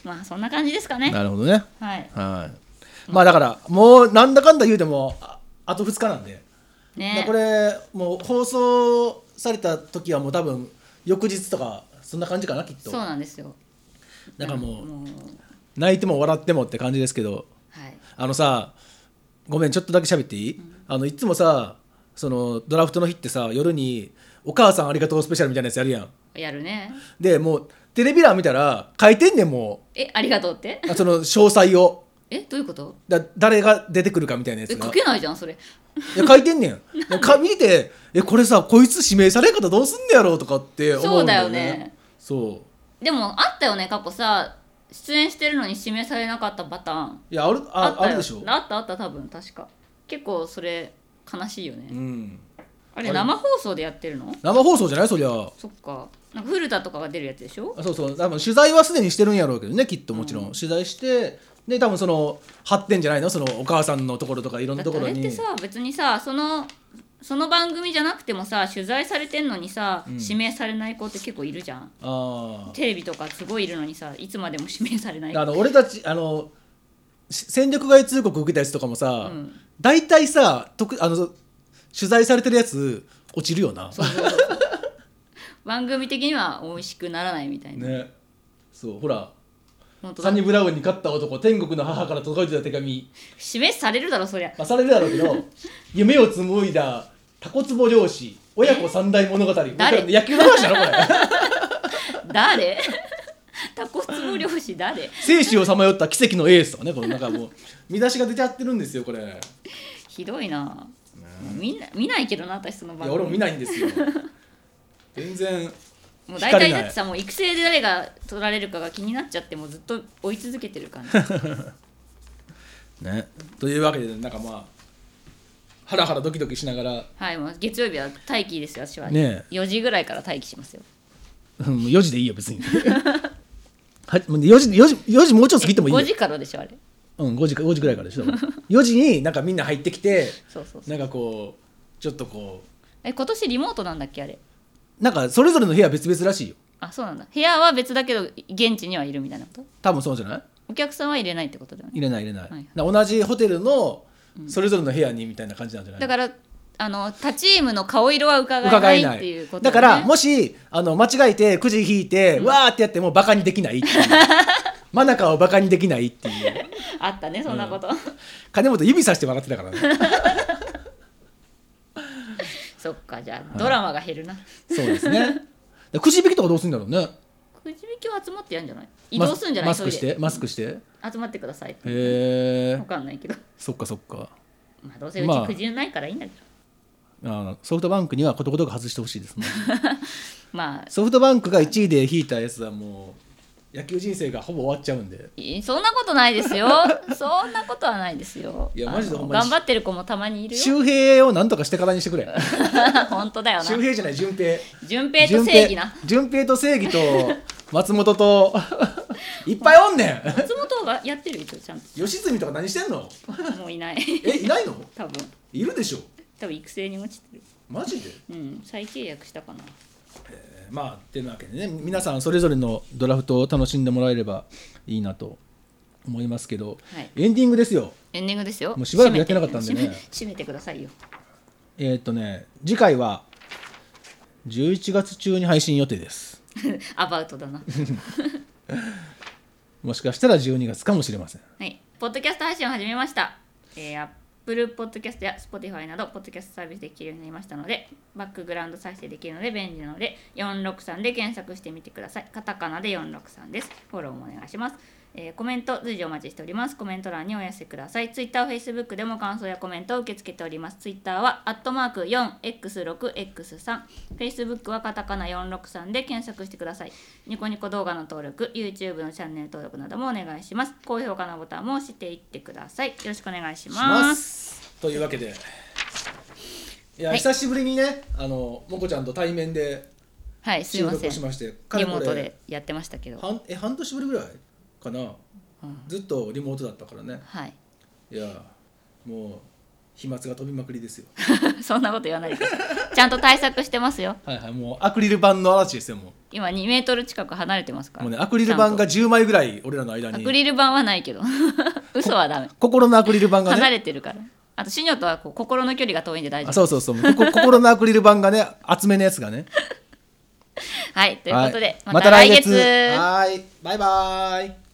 まあそんな感じですかね
なるほどね
はい
はいまあだからもうなんだかんだ言うてもああと2日なんで、
ね
これもう放送された時はもう多分翌日とかそんな感じかなきっと
そうなんですよ
だからもう
もう
泣いても笑ってもって感じですけど
はい
あのさごめんちょっとだけ喋っていい、あのいつもさそのドラフトの日ってさ夜に「お母さんありがとうスペシャル」みたいなやつやるやん
やるね
でもうテレビ欄見たら書いてんねんも
えありがとうって
うあその詳細を
えどういうこと
だ誰が出てくるかみたいなや
え
つが
書けないじゃんそれ
いや書いてんねんでか見てえこれさこいつ指名されんかったらどうすんねやろうとかって思うんだよ
そうだよ
ね
ね
そう
でもあったよね過去さ出演してるのに指名されなかったパターン
いやある
あっ
あ
た
あ
よ
るでしょ
あったあった多分確か結構それ悲しいよね、
うん
あ
あ
れ
れ
生放送でやってるの
生放送じゃないそりゃあ
そっかなんか古田とかが出るやつでしょ
そうそう多分取材はすでにしてるんやろうけどねきっともちろん、取材してで多分その貼ってんじゃないのそのお母さんのところとかいろん
だ
な
って
とこ
あ
ろ
れっ
に
てさ別にさそのその番組じゃなくてもさ取材されてんのにさ、
うん
指名されない子って結構いるじゃん
あー
テレビとかすごいいるのにさいつまでも指名されない
あの俺たちあのし戦力外通告受けたやつとかもさ、
うん
大体さ特あの取材されてるやつ落ちるよな。
番組的には美味しくならないみたいな、
ねそうほら
本当
サ
だ
ニブラウンに勝った男天国の母から届いてた手紙、
示されるだろそりゃ
まあ、されるだろう
*laughs*
けど夢を紡いだタコツボ漁師親子三代物語
誰
野球の話だろこれ
誰 *laughs* タコツボ漁師誰
生死をさまよった奇跡のエースとかねこのなんかもう見出しが出ちゃってるんですよこれい
ひどいなみんな見ないけどな私その番組
や俺も見ないんですよ全然
もう大体
光ない
だってさもう育成で誰が取られるかが気になっちゃってもうずっと追い続けてる感じ
ねというわけでなんかまあハラハラドキドキしながら
はいもう月曜日は待機ですよ私は、
ね
4時ぐらいから待機しますよ
うん4時でいいよ別に *laughs* はもうね4時4時4時もうちょっと過ぎてもいいよ
5時からでしょあれ
うん、5時か5時ぐらいからでしょ4時になんかみんな入ってきて
そうそうそう
なんかこうちょっとこ
え今年リモートなんだっけあれ
うなんかそれぞれの部屋別々らしいよ
あそうなんだ部屋は別だけど現地にはいるみたいなこと
多分そうじゃない
お客さんは入れないってことだよね
入れない入れない、
はい
な同じホテルのそれぞれの部屋にみたいな感じなんじゃない
だからあの他チームの顔色は伺
伺
え
え
な
ない
いっていうこと
だ
だ,、ね、
からもしあの間違えてくじ引いて、わーってやってもバカにできないっていう
*laughs*
真中をバカにできないっていう
あったねそんなこと、
金本指さして笑ってたからね
*laughs* そっかじゃあドラマが減るな、
そうですねでくじ引きとかどうするんだろうね
くじ引きは集まってやんじゃない移動するんじゃない
マスマスクし
急い
て
で
マスクしてへ
集まってくださいって
え
わかんないけど
そっかそっか
まあどうせう
ま
ち
あ
くじないからいいんだけど、
あのソフトバンクにはことごとく外してほしいです
*laughs*
ね
まあ、
ソフトバンクが1位で引いたやつはもう野球人生がほぼ終わっちゃうんで
いそんなことないですよそんなことはないですよ
いやマジで
あの
ほんま
頑
に
張ってる子もたまにいるよ
周平をなんとかしてからにしてくれ
*laughs* 本当だよな
周平じゃない順平
順平と正義な
順平順平と正義と
*laughs*
松本と *laughs* いっぱいおんねん
松本がやってる一応ちゃんと
吉住とか何してんの
もういない
えいないの
多分
いるでしょ
多分育成に落ちてる
マジで
うん再契約したかな
えーまあってなわけでね皆さんそれぞれのドラフトを楽しんでもらえればいいなと思いますけど、
はい
エンディングですよ
エンディングですよ
もうしばらくやってなかったんでね
閉めて閉めてくださいよ
えーっとね次回は11月中に配信予定です
アバウトだな
もしかしたら12月かもしれません
はいポッドキャスト配信を始めましたえー、Apple Podcast や Spotify などポッドキャストサービスで聴けるようになりましたのでバックグラウンド再生できるので便利なので463で検索してみてくださいカタカナで463ですフォローもお願いしますえーコメント随時お待ちしております。コメント欄にお寄せください。Twitter、Facebook でも感想やコメントを受け付けております。Twitter は、アットマーク 4x6x3。Facebook はカタカナ463で検索してください。ニコニコ動画の登録、YouTube のチャンネル登録などもお願いします。高評価のボタンも押していってください。よろしくお願いします。
というわけでいや、
はい
久しぶりにねあのもこちゃんと対面で
はい、すい
収
ま
録
せん。
しましてか
リ
れこ
モ
れ
ートでやってましたけど。
半え半年ぶりぐらいかな、
うん
ずっとリモートだったからね
はい。 *laughs*
いやもう飛沫が飛びまくりですよ
そんなこと言わないでください。ちゃんと対策してますよ。
はいはいもうアクリル板の嵐ですよも
今2メートル近く離れてますか
う
ら。
もうねアクリル板
ちゃんと
が10枚ぐらい俺らの間
アク
に
リル板はないけど *laughs* 嘘はダメ
心のアクリル板が
離
ね
れてるからあとシニョとはこう心の距離が遠いんで大
あ
丈夫
そうそうそうここ心のアクリル板がね厚めのやつがね
はいということで、
は
また来月
はーいバイバーイ